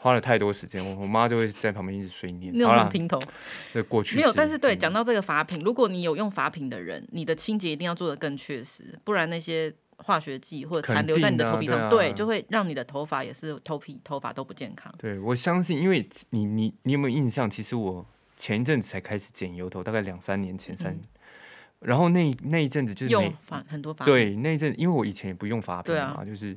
[SPEAKER 1] 花了太多时间，我我妈就会在旁边一直碎念。
[SPEAKER 2] 那
[SPEAKER 1] 好
[SPEAKER 2] 种很
[SPEAKER 1] 啦，
[SPEAKER 2] 平头
[SPEAKER 1] 这过去
[SPEAKER 2] 没有，
[SPEAKER 1] 式
[SPEAKER 2] 但是对，
[SPEAKER 1] 嗯
[SPEAKER 2] 讲到这个发品，如果你有用发品的人，你的清洁一定要做的更确实，不然那些化学剂或者
[SPEAKER 1] 肯
[SPEAKER 2] 残留在你的
[SPEAKER 1] 定啊
[SPEAKER 2] 头皮上，
[SPEAKER 1] 对啊
[SPEAKER 2] 对，就会让你的头发也是头皮头发都不健康。
[SPEAKER 1] 对，我相信，因为你你你有没有印象？其实我前一阵子才开始剪油头，大概两三年前三，然后那那一阵子就是
[SPEAKER 2] 嗯用
[SPEAKER 1] 每
[SPEAKER 2] 发很多发品，
[SPEAKER 1] 对那一阵，因为我以前也不用发片
[SPEAKER 2] 对啊
[SPEAKER 1] 嘛，就是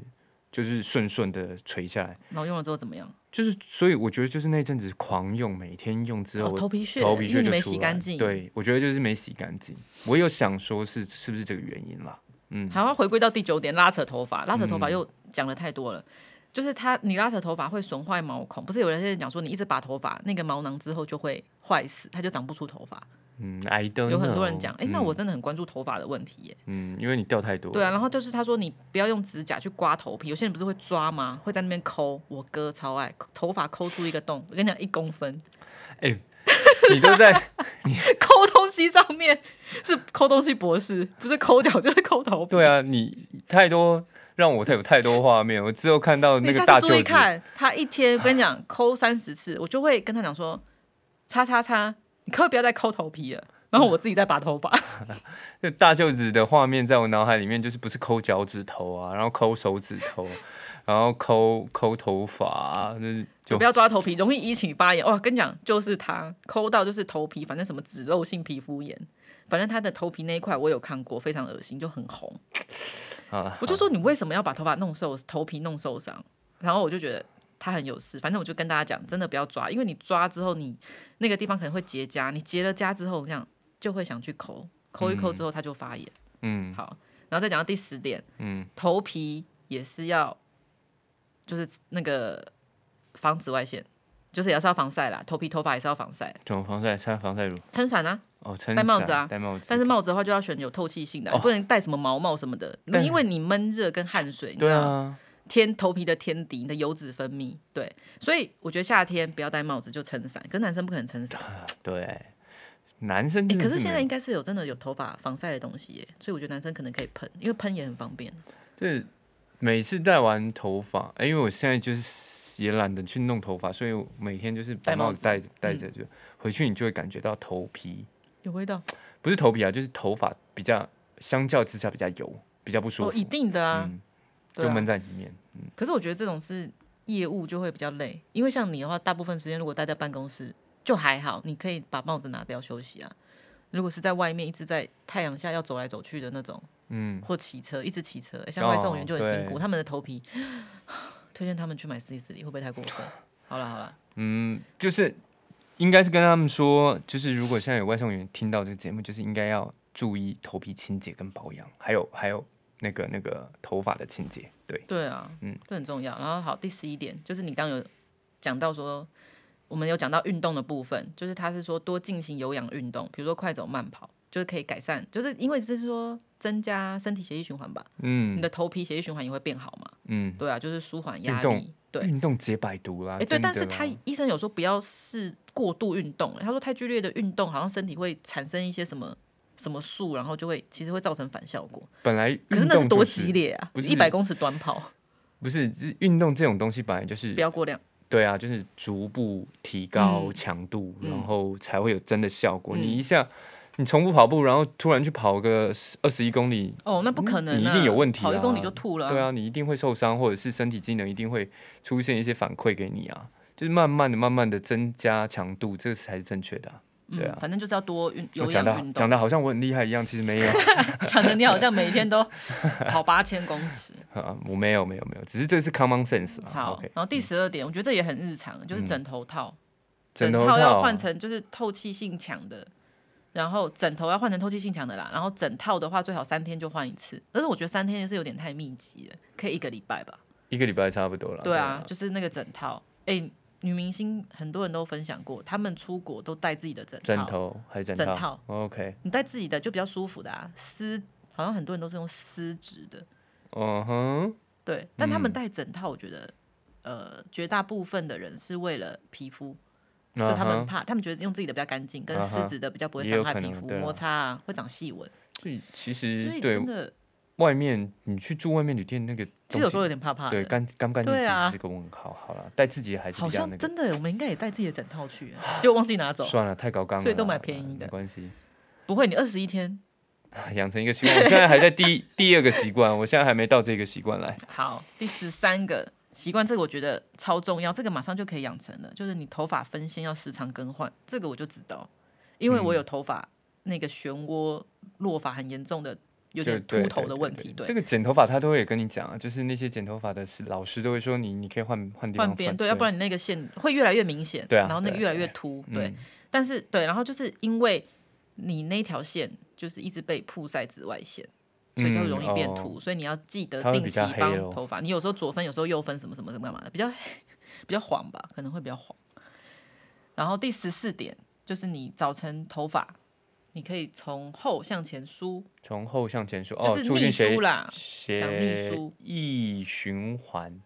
[SPEAKER 1] 就是顺顺的垂下来，
[SPEAKER 2] 然后用了之后怎么样？
[SPEAKER 1] 就是所以我觉得就是那一阵子狂用，每天用之后
[SPEAKER 2] 哦
[SPEAKER 1] 我
[SPEAKER 2] 头皮屑，
[SPEAKER 1] 头皮
[SPEAKER 2] 因为
[SPEAKER 1] 屑
[SPEAKER 2] 你
[SPEAKER 1] 就
[SPEAKER 2] 没
[SPEAKER 1] 出
[SPEAKER 2] 洗
[SPEAKER 1] 来
[SPEAKER 2] 干净，，
[SPEAKER 1] 对，我觉得就是没洗干净。我有想说是是不是这个原因啦？嗯，
[SPEAKER 2] 还要回归到第九点，拉扯头发，拉扯头发又讲的太多了。就是它，你拉扯头发会损坏毛孔，不是有人在讲说，你一直拔头发，那个毛囊之后就会坏死，它就长不出头发。
[SPEAKER 1] 嗯，I don't know，
[SPEAKER 2] 有很多人讲，哎、那
[SPEAKER 1] 嗯
[SPEAKER 2] 我真的很关注头发的问题耶。
[SPEAKER 1] 嗯，因为你掉太多，
[SPEAKER 2] 对啊，然后就是他说你不要用指甲去刮头皮，有些人不是会抓吗？会在那边抠，我哥超爱头发抠出一个洞，我跟你讲一公分，
[SPEAKER 1] (laughs)
[SPEAKER 2] (laughs)
[SPEAKER 1] 你都在。
[SPEAKER 2] 抠东西上面是抠东西博士，不是抠脚就是抠头皮。
[SPEAKER 1] 对啊，你太多让我太有太多画面，我之后看到那个
[SPEAKER 2] 你下
[SPEAKER 1] 大
[SPEAKER 2] 次
[SPEAKER 1] 舅
[SPEAKER 2] 注意
[SPEAKER 1] 子，
[SPEAKER 2] 看，他一天我跟
[SPEAKER 1] (sighs)
[SPEAKER 2] 你讲抠三十次，我就会跟他讲说，叉叉叉，你可不可以不要再抠头皮了。然后
[SPEAKER 1] 嗯
[SPEAKER 2] 我自己再拔头发，
[SPEAKER 1] 那大舅子的画面在我脑海里面就是不是抠脚趾头啊，然后抠手指头， (laughs) 然后抠抠头发、啊，就是
[SPEAKER 2] 就
[SPEAKER 1] 就
[SPEAKER 2] 不要抓头皮，容易引起发炎。哇，跟你讲，就是他抠到就是头皮，反正什么脂漏性皮肤炎，反正他的头皮那一块我有看过，非常恶心，就很红。
[SPEAKER 1] 啊，
[SPEAKER 2] 我就说你为什么要把头发弄受，头皮弄受伤？然后我就觉得他很有事，反正我就跟大家讲，真的不要抓，因为你抓之后你那个地方可能会结痂，你结了痂之后，这样就会想去抠，抠一抠之后它就发炎。
[SPEAKER 1] 嗯
[SPEAKER 2] 好，然后再讲到第十点，
[SPEAKER 1] 嗯，
[SPEAKER 2] 头皮也是要，就是那个防紫外线，就是也是要防晒啦，头皮头发也是要防晒，
[SPEAKER 1] 怎么防晒？擦防晒乳
[SPEAKER 2] 撑伞啊，
[SPEAKER 1] 哦，撑
[SPEAKER 2] 戴帽
[SPEAKER 1] 伞
[SPEAKER 2] 子啊
[SPEAKER 1] 戴帽子，
[SPEAKER 2] 但是帽子的话就要选有透气性的啊，
[SPEAKER 1] 哦
[SPEAKER 2] 你不能戴什么毛帽什么的，
[SPEAKER 1] 但
[SPEAKER 2] 因为你闷热跟汗水，你知
[SPEAKER 1] 对
[SPEAKER 2] 道吗
[SPEAKER 1] 啊，
[SPEAKER 2] 天头皮的天敌，你的油脂分泌，对，所以我觉得夏天不要戴帽子，就撑伞。可是男生不可能撑伞、
[SPEAKER 1] 对，男生
[SPEAKER 2] 啊诶
[SPEAKER 1] 真的
[SPEAKER 2] 可是
[SPEAKER 1] 没
[SPEAKER 2] 现在
[SPEAKER 1] 有
[SPEAKER 2] 应该是有真的有头发防晒的东西耶，所以我觉得男生可能可以喷，因为喷也很方便。
[SPEAKER 1] 这每次戴完头发，哎，因为我现在就是也懒得去弄头发，所以我每天就是把
[SPEAKER 2] 戴帽
[SPEAKER 1] 帽子
[SPEAKER 2] 子嗯
[SPEAKER 1] 戴着戴着就回去，你就会感觉到头皮
[SPEAKER 2] 有味道，
[SPEAKER 1] 不是头皮啊，就是头发比较相较之下比较油，比较不舒
[SPEAKER 2] 哦，
[SPEAKER 1] 服，
[SPEAKER 2] 一定的啊，
[SPEAKER 1] 嗯，
[SPEAKER 2] 对
[SPEAKER 1] 就
[SPEAKER 2] 啊
[SPEAKER 1] 闷在里面。
[SPEAKER 2] 可是我觉得这种是业务就会比较累，因为像你的话，大部分时间如果待在办公室就还好，你可以把帽子拿掉休息啊。如果是在外面一直在太阳下要走来走去的那种，
[SPEAKER 1] 嗯，哦
[SPEAKER 2] 或骑车一直骑车，像外送员就很辛苦，
[SPEAKER 1] 对
[SPEAKER 2] 他们的头皮， (sighs) 推荐他们去买 C 四里，会不会太过
[SPEAKER 1] (laughs)
[SPEAKER 2] 分？好了好了，
[SPEAKER 1] 嗯，就是应该是跟他们说，就是如果现在有外送员听到这个节目，就是应该要注意头皮清洁跟保养，还有还有那个那个头发的清洁。对，
[SPEAKER 2] 对啊，嗯
[SPEAKER 1] 嗯，
[SPEAKER 2] 这很重要。然后好，第十一点就是你刚刚有讲到说，我们有讲到运动的部分，就是他是说多进行有氧运动，比如说快走、慢跑，就是可以改善，就是因为这是说增加身体血液循环吧，你
[SPEAKER 1] 嗯
[SPEAKER 2] 的头皮血液循环也会变好嘛，
[SPEAKER 1] 嗯，
[SPEAKER 2] 对啊，就是舒缓压
[SPEAKER 1] 运动
[SPEAKER 2] 力，对。
[SPEAKER 1] 运动解百毒啦。
[SPEAKER 2] 哎、对，
[SPEAKER 1] 啊真的
[SPEAKER 2] 但是他
[SPEAKER 1] 啦
[SPEAKER 2] 医生有说不要是过度运动，他说太剧烈的运动好像身体会产生一些什么什么素，然后就会其实会造成反效果。
[SPEAKER 1] 本来
[SPEAKER 2] 可是
[SPEAKER 1] 运
[SPEAKER 2] 那
[SPEAKER 1] 动
[SPEAKER 2] 是
[SPEAKER 1] 就
[SPEAKER 2] 多激，烈啊！
[SPEAKER 1] 不是
[SPEAKER 2] 一百公尺短跑，
[SPEAKER 1] 不是这运动这种东西本来就是
[SPEAKER 2] 不要过量。
[SPEAKER 1] 对啊，就是逐步提高
[SPEAKER 2] 嗯
[SPEAKER 1] 强度，
[SPEAKER 2] 嗯
[SPEAKER 1] 然后才会有真的效果。
[SPEAKER 2] 嗯
[SPEAKER 1] 你一下你重复跑步，然后突然去跑个二十一公里，
[SPEAKER 2] 哦，那不可能、啊
[SPEAKER 1] 你一定有问题
[SPEAKER 2] 跑一
[SPEAKER 1] 啊
[SPEAKER 2] 公里就吐了、
[SPEAKER 1] 对，啊，你一定会受伤，或者是身体机能一定会出现一些反馈给你啊。就是慢慢的、慢慢的增加强度，这才是正确的啊、对
[SPEAKER 2] 嗯
[SPEAKER 1] 啊，
[SPEAKER 2] 反正就是要多运有
[SPEAKER 1] 我讲
[SPEAKER 2] 氧
[SPEAKER 1] 到
[SPEAKER 2] 运
[SPEAKER 1] 讲
[SPEAKER 2] 动。
[SPEAKER 1] 的好像我很厉害一样，其实没有， (laughs)
[SPEAKER 2] 讲的你好像每天都跑八千公尺。
[SPEAKER 1] 啊我没有没有没有，只是这是 common sense 啊。
[SPEAKER 2] 好
[SPEAKER 1] o k
[SPEAKER 2] 然后第十二点，我觉得这也很日常，
[SPEAKER 1] 嗯
[SPEAKER 2] 就是枕头套，
[SPEAKER 1] 枕头
[SPEAKER 2] 套要
[SPEAKER 1] 套
[SPEAKER 2] 换成就是透气性强的，然后枕头要换成透气性强的啦。然后枕套的话，最好三天就换一次，但是我觉得三天是有点太密集了，可以一个礼拜吧。
[SPEAKER 1] 一个礼拜差不多了。
[SPEAKER 2] 对啊，，就是那个枕套，哎、女明星很多人都分享过，她们出国都带自己的枕套，
[SPEAKER 1] 枕头还是枕
[SPEAKER 2] 枕
[SPEAKER 1] 套
[SPEAKER 2] 套
[SPEAKER 1] o k
[SPEAKER 2] 你带自己的就比较舒服的啊，丝好像很多人都是用丝质的，
[SPEAKER 1] 嗯哼，
[SPEAKER 2] 对，但他们带枕套，我觉得，呃，绝大部分的人是为了皮肤，就他们
[SPEAKER 1] 嗯哼
[SPEAKER 2] 怕，他们觉得用自己的比较干净，跟
[SPEAKER 1] 啊
[SPEAKER 2] 丝
[SPEAKER 1] 哈
[SPEAKER 2] 质的比较不会
[SPEAKER 1] 也
[SPEAKER 2] 伤
[SPEAKER 1] 有
[SPEAKER 2] 害
[SPEAKER 1] 可
[SPEAKER 2] 皮
[SPEAKER 1] 能
[SPEAKER 2] 肤，
[SPEAKER 1] 对啊
[SPEAKER 2] 摩擦啊会长细纹，
[SPEAKER 1] 所以其
[SPEAKER 2] 所
[SPEAKER 1] 实
[SPEAKER 2] 以
[SPEAKER 1] 对
[SPEAKER 2] 真的
[SPEAKER 1] 外面你去住外面旅店那个
[SPEAKER 2] 其
[SPEAKER 1] 东
[SPEAKER 2] 实有时候有
[SPEAKER 1] 西，
[SPEAKER 2] 点怕怕
[SPEAKER 1] 对
[SPEAKER 2] 的。
[SPEAKER 1] 干干不干净
[SPEAKER 2] 对
[SPEAKER 1] 其
[SPEAKER 2] 啊
[SPEAKER 1] 实是个问号。好了，带自己还是
[SPEAKER 2] 好
[SPEAKER 1] 比较
[SPEAKER 2] 像
[SPEAKER 1] 那个。
[SPEAKER 2] 真的，我们应该也带自己的枕套去，结果忘记拿走。
[SPEAKER 1] 算了，太高纲了啦，
[SPEAKER 2] 所以都买便宜的
[SPEAKER 1] 没关系。
[SPEAKER 2] 不会，你二十一天
[SPEAKER 1] 养成一个习惯，我现在还在第第二个习惯， (laughs) 我现在还没到这个习惯来。
[SPEAKER 2] 好，第十三个习惯，这个我觉得超重要，这个马上就可以养成了，就是你头发分线要时常更换，这个我就知道，因为
[SPEAKER 1] 嗯
[SPEAKER 2] 我有头发、那个漩涡落发很严重的，有
[SPEAKER 1] 对
[SPEAKER 2] 点
[SPEAKER 1] 对
[SPEAKER 2] 秃头
[SPEAKER 1] 对
[SPEAKER 2] 的
[SPEAKER 1] 对
[SPEAKER 2] 问
[SPEAKER 1] 对
[SPEAKER 2] 题，
[SPEAKER 1] 这
[SPEAKER 2] 对，
[SPEAKER 1] 个剪头发他都会跟你讲啊，就是那些剪头发的是老师都会说你，你可以换换地方
[SPEAKER 2] 换边，
[SPEAKER 1] 分
[SPEAKER 2] 对，要不然你那个线会越来越明显，
[SPEAKER 1] 对啊
[SPEAKER 2] 然后那个
[SPEAKER 1] 对啊
[SPEAKER 2] 越来越秃，对，
[SPEAKER 1] 嗯
[SPEAKER 2] 但是对，然后就是因为你那条线就是一直被曝晒紫外线。所以就
[SPEAKER 1] 嗯
[SPEAKER 2] 容易变
[SPEAKER 1] 哦
[SPEAKER 2] 秃，所以你要记得
[SPEAKER 1] 它会
[SPEAKER 2] 定
[SPEAKER 1] 比
[SPEAKER 2] 期
[SPEAKER 1] 较黑哦
[SPEAKER 2] 帮
[SPEAKER 1] 咯
[SPEAKER 2] 头发。你有时候左分，有时候右分，什么什么什么干嘛的，比较比较黄吧，可能会比较黄。然后第十四点就是你早晨头发，你可以从后向前梳，
[SPEAKER 1] 从后向前梳，
[SPEAKER 2] 就
[SPEAKER 1] 哦，
[SPEAKER 2] 是
[SPEAKER 1] 促
[SPEAKER 2] 逆
[SPEAKER 1] 进血
[SPEAKER 2] 梳啦讲逆
[SPEAKER 1] 血
[SPEAKER 2] 梳
[SPEAKER 1] 液循环，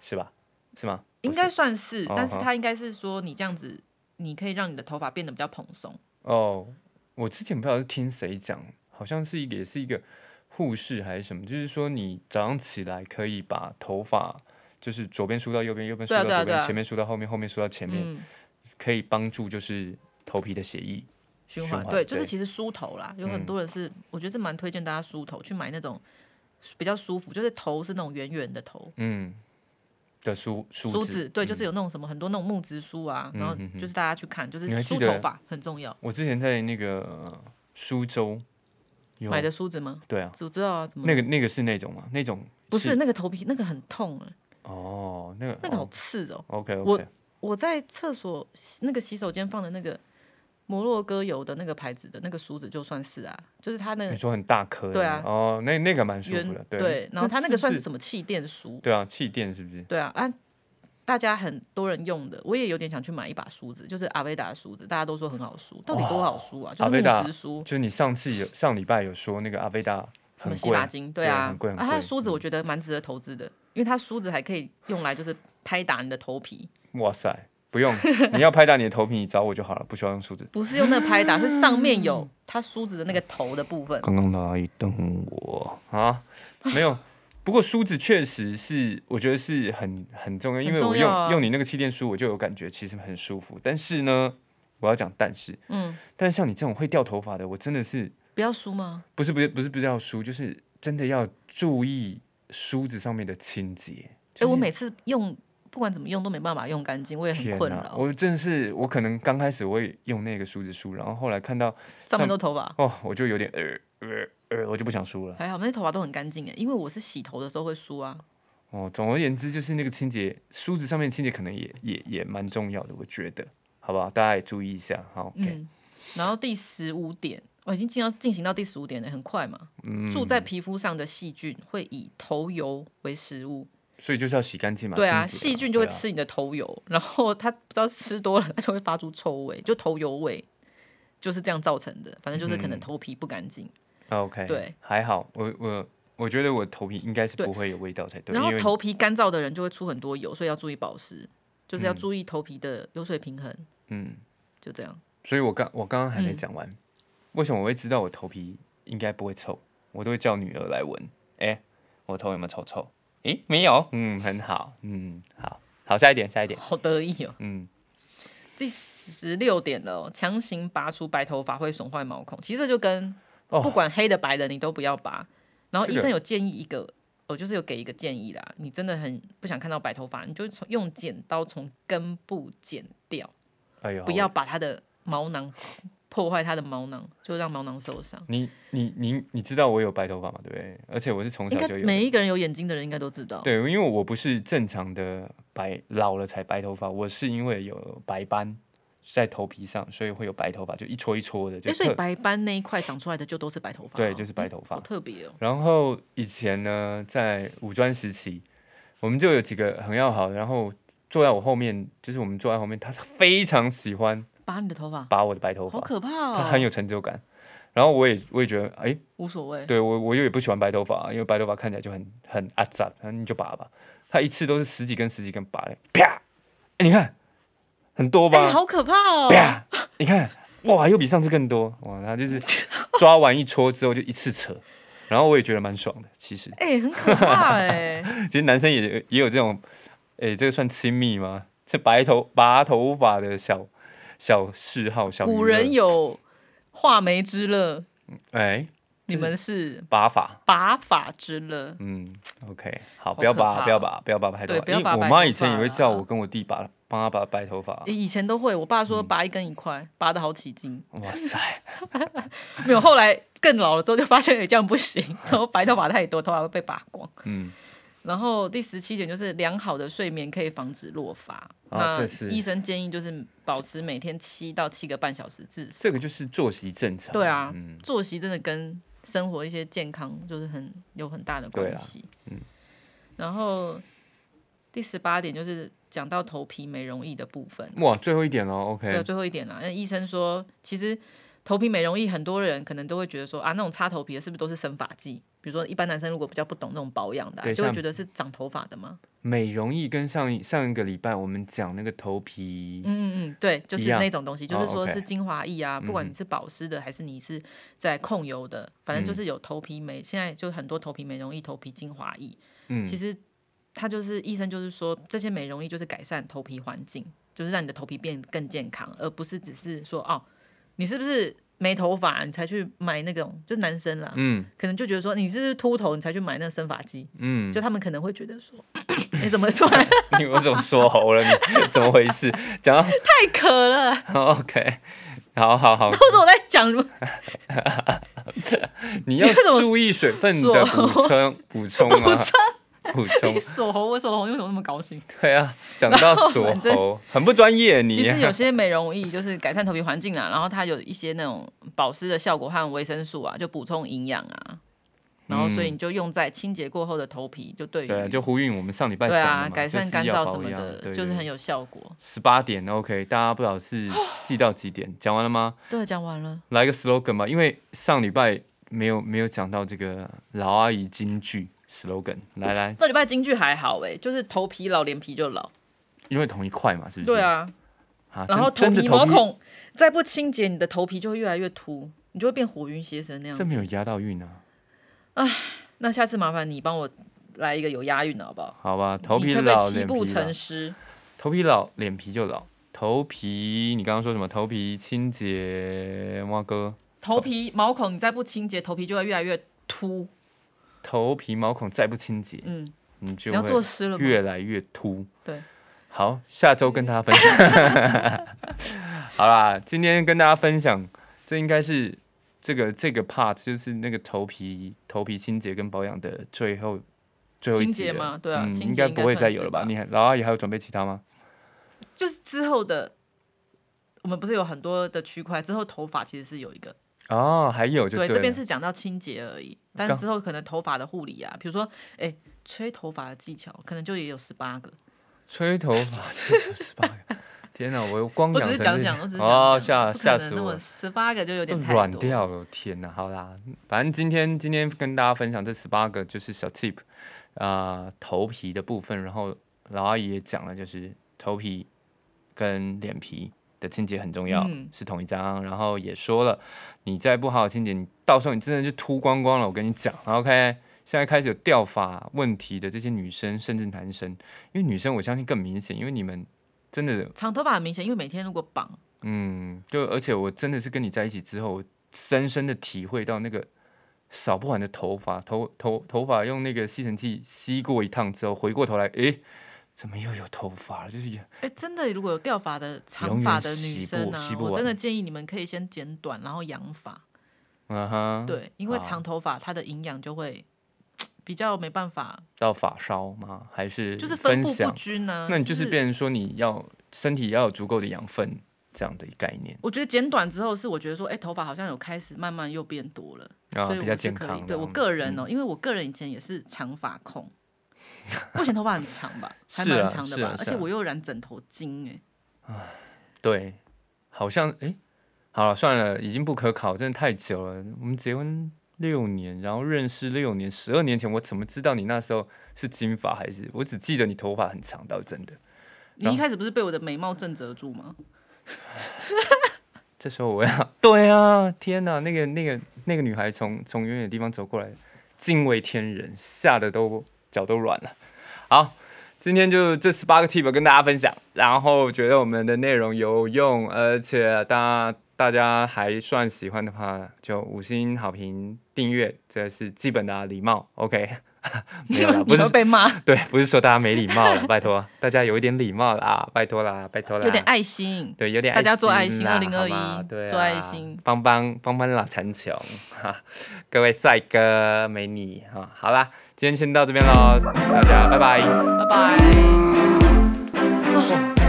[SPEAKER 1] 是吧？是吗？
[SPEAKER 2] 应该算是，
[SPEAKER 1] 哦
[SPEAKER 2] 但是
[SPEAKER 1] 好
[SPEAKER 2] 它应该是说你这样子，你可以让你的头发变得比较蓬松。
[SPEAKER 1] 哦，我之前不知道是听谁讲，好像是一个也是一个护士还是什么，就是说你早上起来可以把头发就是左边梳到右边，右边梳
[SPEAKER 2] 对啊
[SPEAKER 1] 到
[SPEAKER 2] 对啊
[SPEAKER 1] 左边，
[SPEAKER 2] 对啊
[SPEAKER 1] 前面梳到后面，后面梳到前面，
[SPEAKER 2] 嗯，
[SPEAKER 1] 可以帮助就是头皮的血液。
[SPEAKER 2] 循
[SPEAKER 1] 循
[SPEAKER 2] 环
[SPEAKER 1] 环
[SPEAKER 2] 对，就是
[SPEAKER 1] 对
[SPEAKER 2] 其实梳头啦，有很
[SPEAKER 1] 嗯
[SPEAKER 2] 多人是，我觉得是蛮推荐大家梳头，去买那种比较舒服，就是头是那种圆圆的头，
[SPEAKER 1] 嗯的梳
[SPEAKER 2] 梳
[SPEAKER 1] 梳子，
[SPEAKER 2] 对，就是有那种什么很多那种木质梳啊，然后
[SPEAKER 1] 嗯
[SPEAKER 2] 就是大家去看，就是
[SPEAKER 1] 你还
[SPEAKER 2] 梳
[SPEAKER 1] 记得
[SPEAKER 2] 头发很重要。
[SPEAKER 1] 我之前在那个苏州有
[SPEAKER 2] 买的梳子吗？
[SPEAKER 1] 对啊，
[SPEAKER 2] 我知道啊，怎么
[SPEAKER 1] 那个那个是那种吗？那种
[SPEAKER 2] 不是那个头皮那个很痛啊，
[SPEAKER 1] 哦，那个
[SPEAKER 2] 那个好
[SPEAKER 1] 哦
[SPEAKER 2] 刺哦。
[SPEAKER 1] OK
[SPEAKER 2] 我
[SPEAKER 1] OK，
[SPEAKER 2] 我在厕所洗那个洗手间放的那个摩洛哥油的那个牌子的那个梳子就算是啊，就是它那
[SPEAKER 1] 你说很大颗的，
[SPEAKER 2] 对啊
[SPEAKER 1] 哦，那那个蛮舒服
[SPEAKER 2] 圆
[SPEAKER 1] 的，
[SPEAKER 2] 对，然后它那个
[SPEAKER 1] 不
[SPEAKER 2] 算是什么气垫梳？
[SPEAKER 1] 对啊，气垫是不是？
[SPEAKER 2] 对啊啊。大家很多人用的，我也有点想去买一把梳子，就是阿维达的梳子，大家都说很好梳，到底多好梳啊？就是
[SPEAKER 1] 阿维达
[SPEAKER 2] 木质梳，
[SPEAKER 1] 就你上次有上礼拜有说那个阿维达
[SPEAKER 2] 什么
[SPEAKER 1] 很
[SPEAKER 2] 洗
[SPEAKER 1] 贵
[SPEAKER 2] 发，精，
[SPEAKER 1] 对
[SPEAKER 2] 啊，
[SPEAKER 1] 很贵很
[SPEAKER 2] 啊，它的
[SPEAKER 1] 贵嗯
[SPEAKER 2] 梳子我觉得蛮值得投资的，因为它梳子还可以用来就是拍打你的头皮，
[SPEAKER 1] 哇塞，不
[SPEAKER 2] (laughs)
[SPEAKER 1] 用，你要拍打你的头皮，你找我就好了，不需要用梳子。
[SPEAKER 2] 不是用那个拍打，是上
[SPEAKER 1] (laughs)
[SPEAKER 2] 面有它梳子的那个头的部分。
[SPEAKER 1] 刚刚的阿姨瞪我啊，没有。不过梳子确实是，我觉得是很很重要，因为
[SPEAKER 2] 重
[SPEAKER 1] 我
[SPEAKER 2] 要
[SPEAKER 1] 用、
[SPEAKER 2] 啊
[SPEAKER 1] 用你那个气垫梳，我就有感觉，其实很舒服。但是呢，我要讲但是，
[SPEAKER 2] 嗯，
[SPEAKER 1] 但是像你这种会掉头发的，我真的是
[SPEAKER 2] 不要梳吗？
[SPEAKER 1] 不是不是不是不是要梳，就是真的要注意梳子上面的清洁。
[SPEAKER 2] 哎、
[SPEAKER 1] 就是
[SPEAKER 2] 我每次用不管怎么用都没办法用干净，我也很
[SPEAKER 1] 天
[SPEAKER 2] 困
[SPEAKER 1] 呐，
[SPEAKER 2] 扰，
[SPEAKER 1] 我真的是，我可能刚开始我也用那个梳子梳，然后后来看到
[SPEAKER 2] 上面都头发。
[SPEAKER 1] 哦，我就有点呃呃呃，我就不想梳了。
[SPEAKER 2] 还好，那头发都很干净哎，因为我是洗头的时候会梳啊，
[SPEAKER 1] 哦，总而言之，就是那个清洁梳子上面清洁可能也也也蛮重要的，我觉得，好不好？大家也注意一下。好，OK，
[SPEAKER 2] 嗯。然后第十五点，我、已经进到进行到第十五点了，很快嘛。
[SPEAKER 1] 嗯
[SPEAKER 2] 住在皮肤上的细菌会以头油为食物，
[SPEAKER 1] 所以就是要洗干净嘛。
[SPEAKER 2] 对啊，
[SPEAKER 1] 清洁
[SPEAKER 2] 细菌就会。
[SPEAKER 1] 对啊
[SPEAKER 2] 吃你的头油，然后它不知道吃多了，它 (laughs) 就会发出臭味，就头油味，就是这样造成的。反正就是
[SPEAKER 1] 嗯
[SPEAKER 2] 可能头皮不干净，
[SPEAKER 1] 啊 OK，
[SPEAKER 2] 对，
[SPEAKER 1] 还好，我我我觉得我头皮应该是
[SPEAKER 2] 对
[SPEAKER 1] 不会有味道才对，
[SPEAKER 2] 然
[SPEAKER 1] 因
[SPEAKER 2] 后
[SPEAKER 1] 为
[SPEAKER 2] 头皮干燥的人就会出很多油，所以要注意保湿，就是要注意头皮的油水平衡，
[SPEAKER 1] 嗯，
[SPEAKER 2] 就这样。
[SPEAKER 1] 所以我刚我刚刚还没
[SPEAKER 2] 嗯
[SPEAKER 1] 讲完，为什么我会知道我头皮应该不会臭？我都会叫女儿来闻，哎、我头有没有臭臭？诶、没有，嗯，很好，嗯，好，好，下一点，下一点，
[SPEAKER 2] 好得意哦！
[SPEAKER 1] 嗯，
[SPEAKER 2] 第十六点了哦，强行拔除白头发会损坏毛孔，其实这就跟
[SPEAKER 1] 哦
[SPEAKER 2] 不管黑的白的你都不要拔。然后
[SPEAKER 1] 这
[SPEAKER 2] 医
[SPEAKER 1] 个
[SPEAKER 2] 生有建议一个，我就是有给一个建议啦，你真的很不想看到白头发，你就从用剪刀从根部剪掉，
[SPEAKER 1] 哎呦，
[SPEAKER 2] 不要把它的毛囊 (laughs) 破坏它的毛囊，就让毛囊受伤。
[SPEAKER 1] 你你你你知道我有白头发嘛？对不对？而且我是从
[SPEAKER 2] 应
[SPEAKER 1] 小
[SPEAKER 2] 该
[SPEAKER 1] 就有。
[SPEAKER 2] 每一个人有眼睛的人应该都知道。
[SPEAKER 1] 对，因为我不是正常的白，老了才白头发，我是因为有白斑在头皮上，所以会有白头发，就一撮一撮的，就
[SPEAKER 2] 哎，所以
[SPEAKER 1] 特
[SPEAKER 2] 白斑那一块长出来的就都是白头发哦。
[SPEAKER 1] 对，就是白头发
[SPEAKER 2] 好。特别哦。
[SPEAKER 1] 然后以前呢，在五专时期，我们就有几个很要好的，然后坐在我后面，就是我们坐在后面，他非常喜欢
[SPEAKER 2] 拔你的头发，
[SPEAKER 1] 拔我的白头
[SPEAKER 2] 好
[SPEAKER 1] 发，
[SPEAKER 2] 可怕哦。
[SPEAKER 1] 他很有成就感。然后我也我也觉得，哎，
[SPEAKER 2] 无所谓。
[SPEAKER 1] 对我我也不喜欢白头发，因为白头发看起来就很很阿杂，然后你就拔吧。他一次都是十几根十几根拔嘞，啪！哎，你看很多吧？啊
[SPEAKER 2] 哎，好可怕哦。
[SPEAKER 1] 啪！你看，哇，又比上次更多哇！他
[SPEAKER 2] (laughs)
[SPEAKER 1] 就是抓完一撮之后就一次扯，然后我也觉得蛮爽的。其实，
[SPEAKER 2] 哎，很可怕哎。
[SPEAKER 1] 其实男生也也有这种，哎、这个算亲密吗？这白头拔头发的小小嗜好， (laughs) 小
[SPEAKER 2] 古
[SPEAKER 1] 娱乐
[SPEAKER 2] 人有画眉之乐，
[SPEAKER 1] 哎、
[SPEAKER 2] 你们是
[SPEAKER 1] 拔发。
[SPEAKER 2] 拔发之乐。
[SPEAKER 1] 嗯，OK，好，
[SPEAKER 2] 可
[SPEAKER 1] 不要
[SPEAKER 2] 怕
[SPEAKER 1] 拔，
[SPEAKER 2] 哦
[SPEAKER 1] 不要拔，不要拔白头
[SPEAKER 2] 对
[SPEAKER 1] 发，
[SPEAKER 2] 不要
[SPEAKER 1] 因为
[SPEAKER 2] 拔
[SPEAKER 1] 我
[SPEAKER 2] 白
[SPEAKER 1] 妈
[SPEAKER 2] 头
[SPEAKER 1] 以前也
[SPEAKER 2] 发啊
[SPEAKER 1] 会
[SPEAKER 2] 啦
[SPEAKER 1] 叫我跟我弟拔，帮她拔白头
[SPEAKER 2] (laughs)
[SPEAKER 1] 发。
[SPEAKER 2] 以前都会，我爸
[SPEAKER 1] 嗯
[SPEAKER 2] 说拔一根一块，拔的好起劲。 (laughs)
[SPEAKER 1] 哇塞，
[SPEAKER 2] 没有，后来更老了之后就发现哎也这样不行，然后白头发太多，头发会被拔光。
[SPEAKER 1] 嗯，
[SPEAKER 2] 然后第十七点就是良好的睡眠可以防止落发。
[SPEAKER 1] 哦这是
[SPEAKER 2] 那医生建议就是保持每天七到七个半小时至少。
[SPEAKER 1] 这个就是作息正常。
[SPEAKER 2] 对啊，
[SPEAKER 1] 嗯，
[SPEAKER 2] 作息真的跟生活一些健康就是很有很大的
[SPEAKER 1] 对
[SPEAKER 2] 关
[SPEAKER 1] 啊
[SPEAKER 2] 系。然后第十八点就是讲到头皮美容液的部分。
[SPEAKER 1] 哇，最后一点喽
[SPEAKER 2] 对，
[SPEAKER 1] ，OK，
[SPEAKER 2] 最后一点啦。那医生说，其实头皮美容液很多人可能都会觉得说啊，那种擦头皮的是不是都是生发剂？比如说一般男生如果比较不懂那种保养的啊、
[SPEAKER 1] 对
[SPEAKER 2] 就会
[SPEAKER 1] 像
[SPEAKER 2] 觉得是长头发的嘛。
[SPEAKER 1] 美容液跟上一上一个礼拜我们讲那个头皮，
[SPEAKER 2] 嗯嗯嗯，对，就是
[SPEAKER 1] 一样哦
[SPEAKER 2] 那种东西，就是说
[SPEAKER 1] ，OK 嗯
[SPEAKER 2] 是精华液啊，不管你是保湿的还是你是在控油的，反正
[SPEAKER 1] 嗯
[SPEAKER 2] 就是有头皮美，现在就很多头皮美容液、头皮精华液，
[SPEAKER 1] 嗯
[SPEAKER 2] 其实它就是医生就是说这些美容液就是改善头皮环境，就是让你的头皮变更健康，而不是只是说哦，你是不是没头发你才去买那种，就是男生啦，
[SPEAKER 1] 嗯
[SPEAKER 2] 可能就觉得说你是不是秃头你才去买那个生发剂，
[SPEAKER 1] 嗯，
[SPEAKER 2] 就他们可能会觉得说 (coughs) 你怎么突然
[SPEAKER 1] (laughs)
[SPEAKER 2] (laughs)
[SPEAKER 1] 你为什么说喉了？你 (laughs) 怎么回事？讲
[SPEAKER 2] 太渴了，
[SPEAKER 1] 到 (laughs) OK，好好好，
[SPEAKER 2] 都是我在讲如
[SPEAKER 1] 你要
[SPEAKER 2] 为什么
[SPEAKER 1] 注意水分的
[SPEAKER 2] 说
[SPEAKER 1] 补充补充啊，
[SPEAKER 2] (laughs)
[SPEAKER 1] 补充
[SPEAKER 2] 你，锁喉，我锁喉，你为什么那么高兴？
[SPEAKER 1] 对啊，讲到锁
[SPEAKER 2] 反正
[SPEAKER 1] 喉，很不专业你
[SPEAKER 2] 其。实有些美容液就是改善头皮环境啊，然后它有一些那种保湿的效果和维生素啊，就补充营养啊，然后所以你就用在清洁过后的头皮，就对于
[SPEAKER 1] 嗯对啊，就呼应我们上礼拜
[SPEAKER 2] 对
[SPEAKER 1] 讲的
[SPEAKER 2] 啊
[SPEAKER 1] 嘛，
[SPEAKER 2] 改善干燥什么的，就是很
[SPEAKER 1] 有
[SPEAKER 2] 有效果。
[SPEAKER 1] 十八点 OK，大家不知道是记到几
[SPEAKER 2] (gasps)
[SPEAKER 1] 点？讲完了吗？
[SPEAKER 2] 对，啊讲完了，
[SPEAKER 1] 来个 slogan 吧，因为上礼拜没有没有讲到这个老阿姨金句 slogan，来来，
[SPEAKER 2] 这礼拜京剧还好哎、就是头皮老，脸皮就老。
[SPEAKER 1] 因为同一块嘛，是不是？
[SPEAKER 2] 对啊，
[SPEAKER 1] 啊，真
[SPEAKER 2] 然后头
[SPEAKER 1] 真的
[SPEAKER 2] 皮毛
[SPEAKER 1] 头皮，
[SPEAKER 2] 孔再不清洁，你的头皮就会越来越秃，你就会变火云邪神那样
[SPEAKER 1] 这没
[SPEAKER 2] 子。
[SPEAKER 1] 有押到韵啊，
[SPEAKER 2] 那下次麻烦你帮我来一个有押韵的好不好？
[SPEAKER 1] 好吧，头皮
[SPEAKER 2] 你可不可
[SPEAKER 1] 老
[SPEAKER 2] 以齐
[SPEAKER 1] 脸
[SPEAKER 2] 步
[SPEAKER 1] 皮老
[SPEAKER 2] 成，诗？
[SPEAKER 1] 头皮老脸皮就老，头皮你刚刚说什么？头皮清洁，蛙哥，
[SPEAKER 2] 头皮毛孔你再不清洁，头皮就会越来越秃。
[SPEAKER 1] 头皮毛孔再不清洁，
[SPEAKER 2] 嗯，
[SPEAKER 1] 你
[SPEAKER 2] 你
[SPEAKER 1] 就
[SPEAKER 2] 要做
[SPEAKER 1] 会
[SPEAKER 2] 诗了吗？
[SPEAKER 1] 越来越秃。
[SPEAKER 2] 对，
[SPEAKER 1] 好，下周跟大家分享。
[SPEAKER 2] (laughs)
[SPEAKER 1] 好啦，今天跟大家分享，这应该是这个这个 part 就是那个头皮头皮清洁跟保养的最后最后一
[SPEAKER 2] 清
[SPEAKER 1] 集
[SPEAKER 2] 洁
[SPEAKER 1] 了
[SPEAKER 2] 吗对啊
[SPEAKER 1] 嗯、
[SPEAKER 2] 清洁
[SPEAKER 1] 应该
[SPEAKER 2] 应该
[SPEAKER 1] 不会
[SPEAKER 2] 算
[SPEAKER 1] 再
[SPEAKER 2] 是
[SPEAKER 1] 有了吧
[SPEAKER 2] 吧？
[SPEAKER 1] 你还老阿姨还有准备其他吗？
[SPEAKER 2] 就是之后的，我们不是有很多的区块，之后头发其实是有一个，
[SPEAKER 1] 哦，还有就
[SPEAKER 2] 对，
[SPEAKER 1] 对
[SPEAKER 2] 这边
[SPEAKER 1] 了
[SPEAKER 2] 是讲到清洁而已，但
[SPEAKER 1] 刚
[SPEAKER 2] 之后可能头发的护理啊，比如说，哎、吹头发的技巧可能就也有十八个，
[SPEAKER 1] 吹头发，这就是吧？天哪，我光
[SPEAKER 2] 我只是
[SPEAKER 1] 成
[SPEAKER 2] 讲
[SPEAKER 1] 这
[SPEAKER 2] 讲，
[SPEAKER 1] 些
[SPEAKER 2] 我只是讲
[SPEAKER 1] 哦，吓
[SPEAKER 2] 讲不可
[SPEAKER 1] 吓
[SPEAKER 2] 能
[SPEAKER 1] 死
[SPEAKER 2] 那
[SPEAKER 1] 我
[SPEAKER 2] 么
[SPEAKER 1] 了！
[SPEAKER 2] 十八个就有
[SPEAKER 1] 都
[SPEAKER 2] 点太
[SPEAKER 1] 软
[SPEAKER 2] 多
[SPEAKER 1] 掉了，天哪！好啦，反正今天今天跟大家分享这十八个就是小 tip 啊、头皮的部分，然后老阿姨也讲了，就是头皮跟脸皮的清洁很重要，
[SPEAKER 2] 嗯
[SPEAKER 1] 是同一张，然后也说了，你再不好好清洁，你到时候你真的就秃光光了，我跟你讲，OK。现在开始有掉发问题的这些女生，甚至男生，因为女生我相信更明显，因为你们真的
[SPEAKER 2] 长头发很明显，因为每天如果绑，
[SPEAKER 1] 嗯，就而且我真的是跟你在一起之后，我深深的体会到那个扫不完的头发，头头头发用那个吸尘器吸过一趟之后，回过头来，诶，怎么又有头发了？就是
[SPEAKER 2] 哎、真的，如果有掉发的长
[SPEAKER 1] 永
[SPEAKER 2] 发
[SPEAKER 1] 远
[SPEAKER 2] 的女
[SPEAKER 1] 洗不
[SPEAKER 2] 生啊
[SPEAKER 1] 洗，不
[SPEAKER 2] 我
[SPEAKER 1] 完
[SPEAKER 2] 真的建议你们可以先剪短，然后养发。
[SPEAKER 1] 嗯哼，，
[SPEAKER 2] 对，因为
[SPEAKER 1] 好
[SPEAKER 2] 长头发它的营养就会比较没办法，
[SPEAKER 1] 到发梢吗？还是
[SPEAKER 2] 就是分
[SPEAKER 1] 分
[SPEAKER 2] 布不
[SPEAKER 1] 享？
[SPEAKER 2] 均啊呢、
[SPEAKER 1] 那你就是变成说你要身体要有足够的养分这样的概念
[SPEAKER 2] 我觉得剪短之后是我觉得说，哎、头发好像有开始慢慢又变多了，
[SPEAKER 1] 啊，嗯
[SPEAKER 2] 所以
[SPEAKER 1] 比
[SPEAKER 2] 我
[SPEAKER 1] 较
[SPEAKER 2] 是
[SPEAKER 1] 健
[SPEAKER 2] 可
[SPEAKER 1] 康
[SPEAKER 2] 以。
[SPEAKER 1] 的。
[SPEAKER 2] 对我个人哦、因为我个人以前也是长发控，我以前头发很长吧，还
[SPEAKER 1] 是
[SPEAKER 2] 蛮
[SPEAKER 1] 啊
[SPEAKER 2] 长的
[SPEAKER 1] 是
[SPEAKER 2] 吧，
[SPEAKER 1] 啊
[SPEAKER 2] 而
[SPEAKER 1] 是
[SPEAKER 2] 且
[SPEAKER 1] 啊
[SPEAKER 2] 我又染枕头巾、哎，
[SPEAKER 1] 对，好像哎、好了，算了，已经不可考，真的太久了。我们结婚六年，然后认识六年，十二年前，我怎么知道你那时候是金发还是？我只记得你头发很长，倒是真的。
[SPEAKER 2] 你一开始不是被我的美貌震折住吗？ (laughs)
[SPEAKER 1] 这时候我要， (laughs) 对啊，天哪，那个那个那个女孩从从远远的地方走过来，惊为天人，吓得都脚都软了。好，今天就这十八个 tip 跟大家分享，然后觉得我们的内容有用，而且大大家还算喜欢的话，就五星好评、订阅，这是基本的啊礼貌。OK，没 (laughs) 有啦，不
[SPEAKER 2] (laughs) 你会
[SPEAKER 1] 是 (laughs)
[SPEAKER 2] 被骂，
[SPEAKER 1] 对，不是说大家没礼貌了，拜托，大家有一点礼貌啦，拜托啦，拜托啦，
[SPEAKER 2] 有点爱心。
[SPEAKER 1] 对，有点
[SPEAKER 2] 大家做爱心
[SPEAKER 1] 心啦，
[SPEAKER 2] 2021
[SPEAKER 1] 好吗对、啊，
[SPEAKER 2] 做爱心，
[SPEAKER 1] 帮帮帮帮老陈穷，哈，各位帅哥美女哈，好啦，今天先到这边喽，大家拜拜。
[SPEAKER 2] 拜拜。
[SPEAKER 1] (laughs)
[SPEAKER 2] 哇，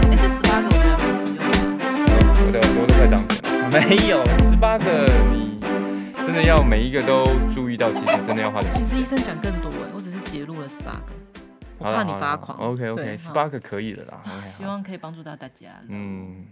[SPEAKER 2] 哎、这十八个我觉得蛮实用的。
[SPEAKER 1] 我的耳朵都快长茧了，没有十八个，你真的要每一个都注意到，其实真的要花点
[SPEAKER 2] 其
[SPEAKER 1] 时
[SPEAKER 2] 实
[SPEAKER 1] 间
[SPEAKER 2] 医。生讲更多哎，我只是截录了十八个，我
[SPEAKER 1] 好啦
[SPEAKER 2] 怕你
[SPEAKER 1] 好啦
[SPEAKER 2] 发狂。
[SPEAKER 1] OK
[SPEAKER 2] 对
[SPEAKER 1] OK，十八，个可以了啦。
[SPEAKER 2] 好
[SPEAKER 1] OK，
[SPEAKER 2] 希
[SPEAKER 1] 好
[SPEAKER 2] 望可以帮助到大家。嗯，
[SPEAKER 1] 嗯，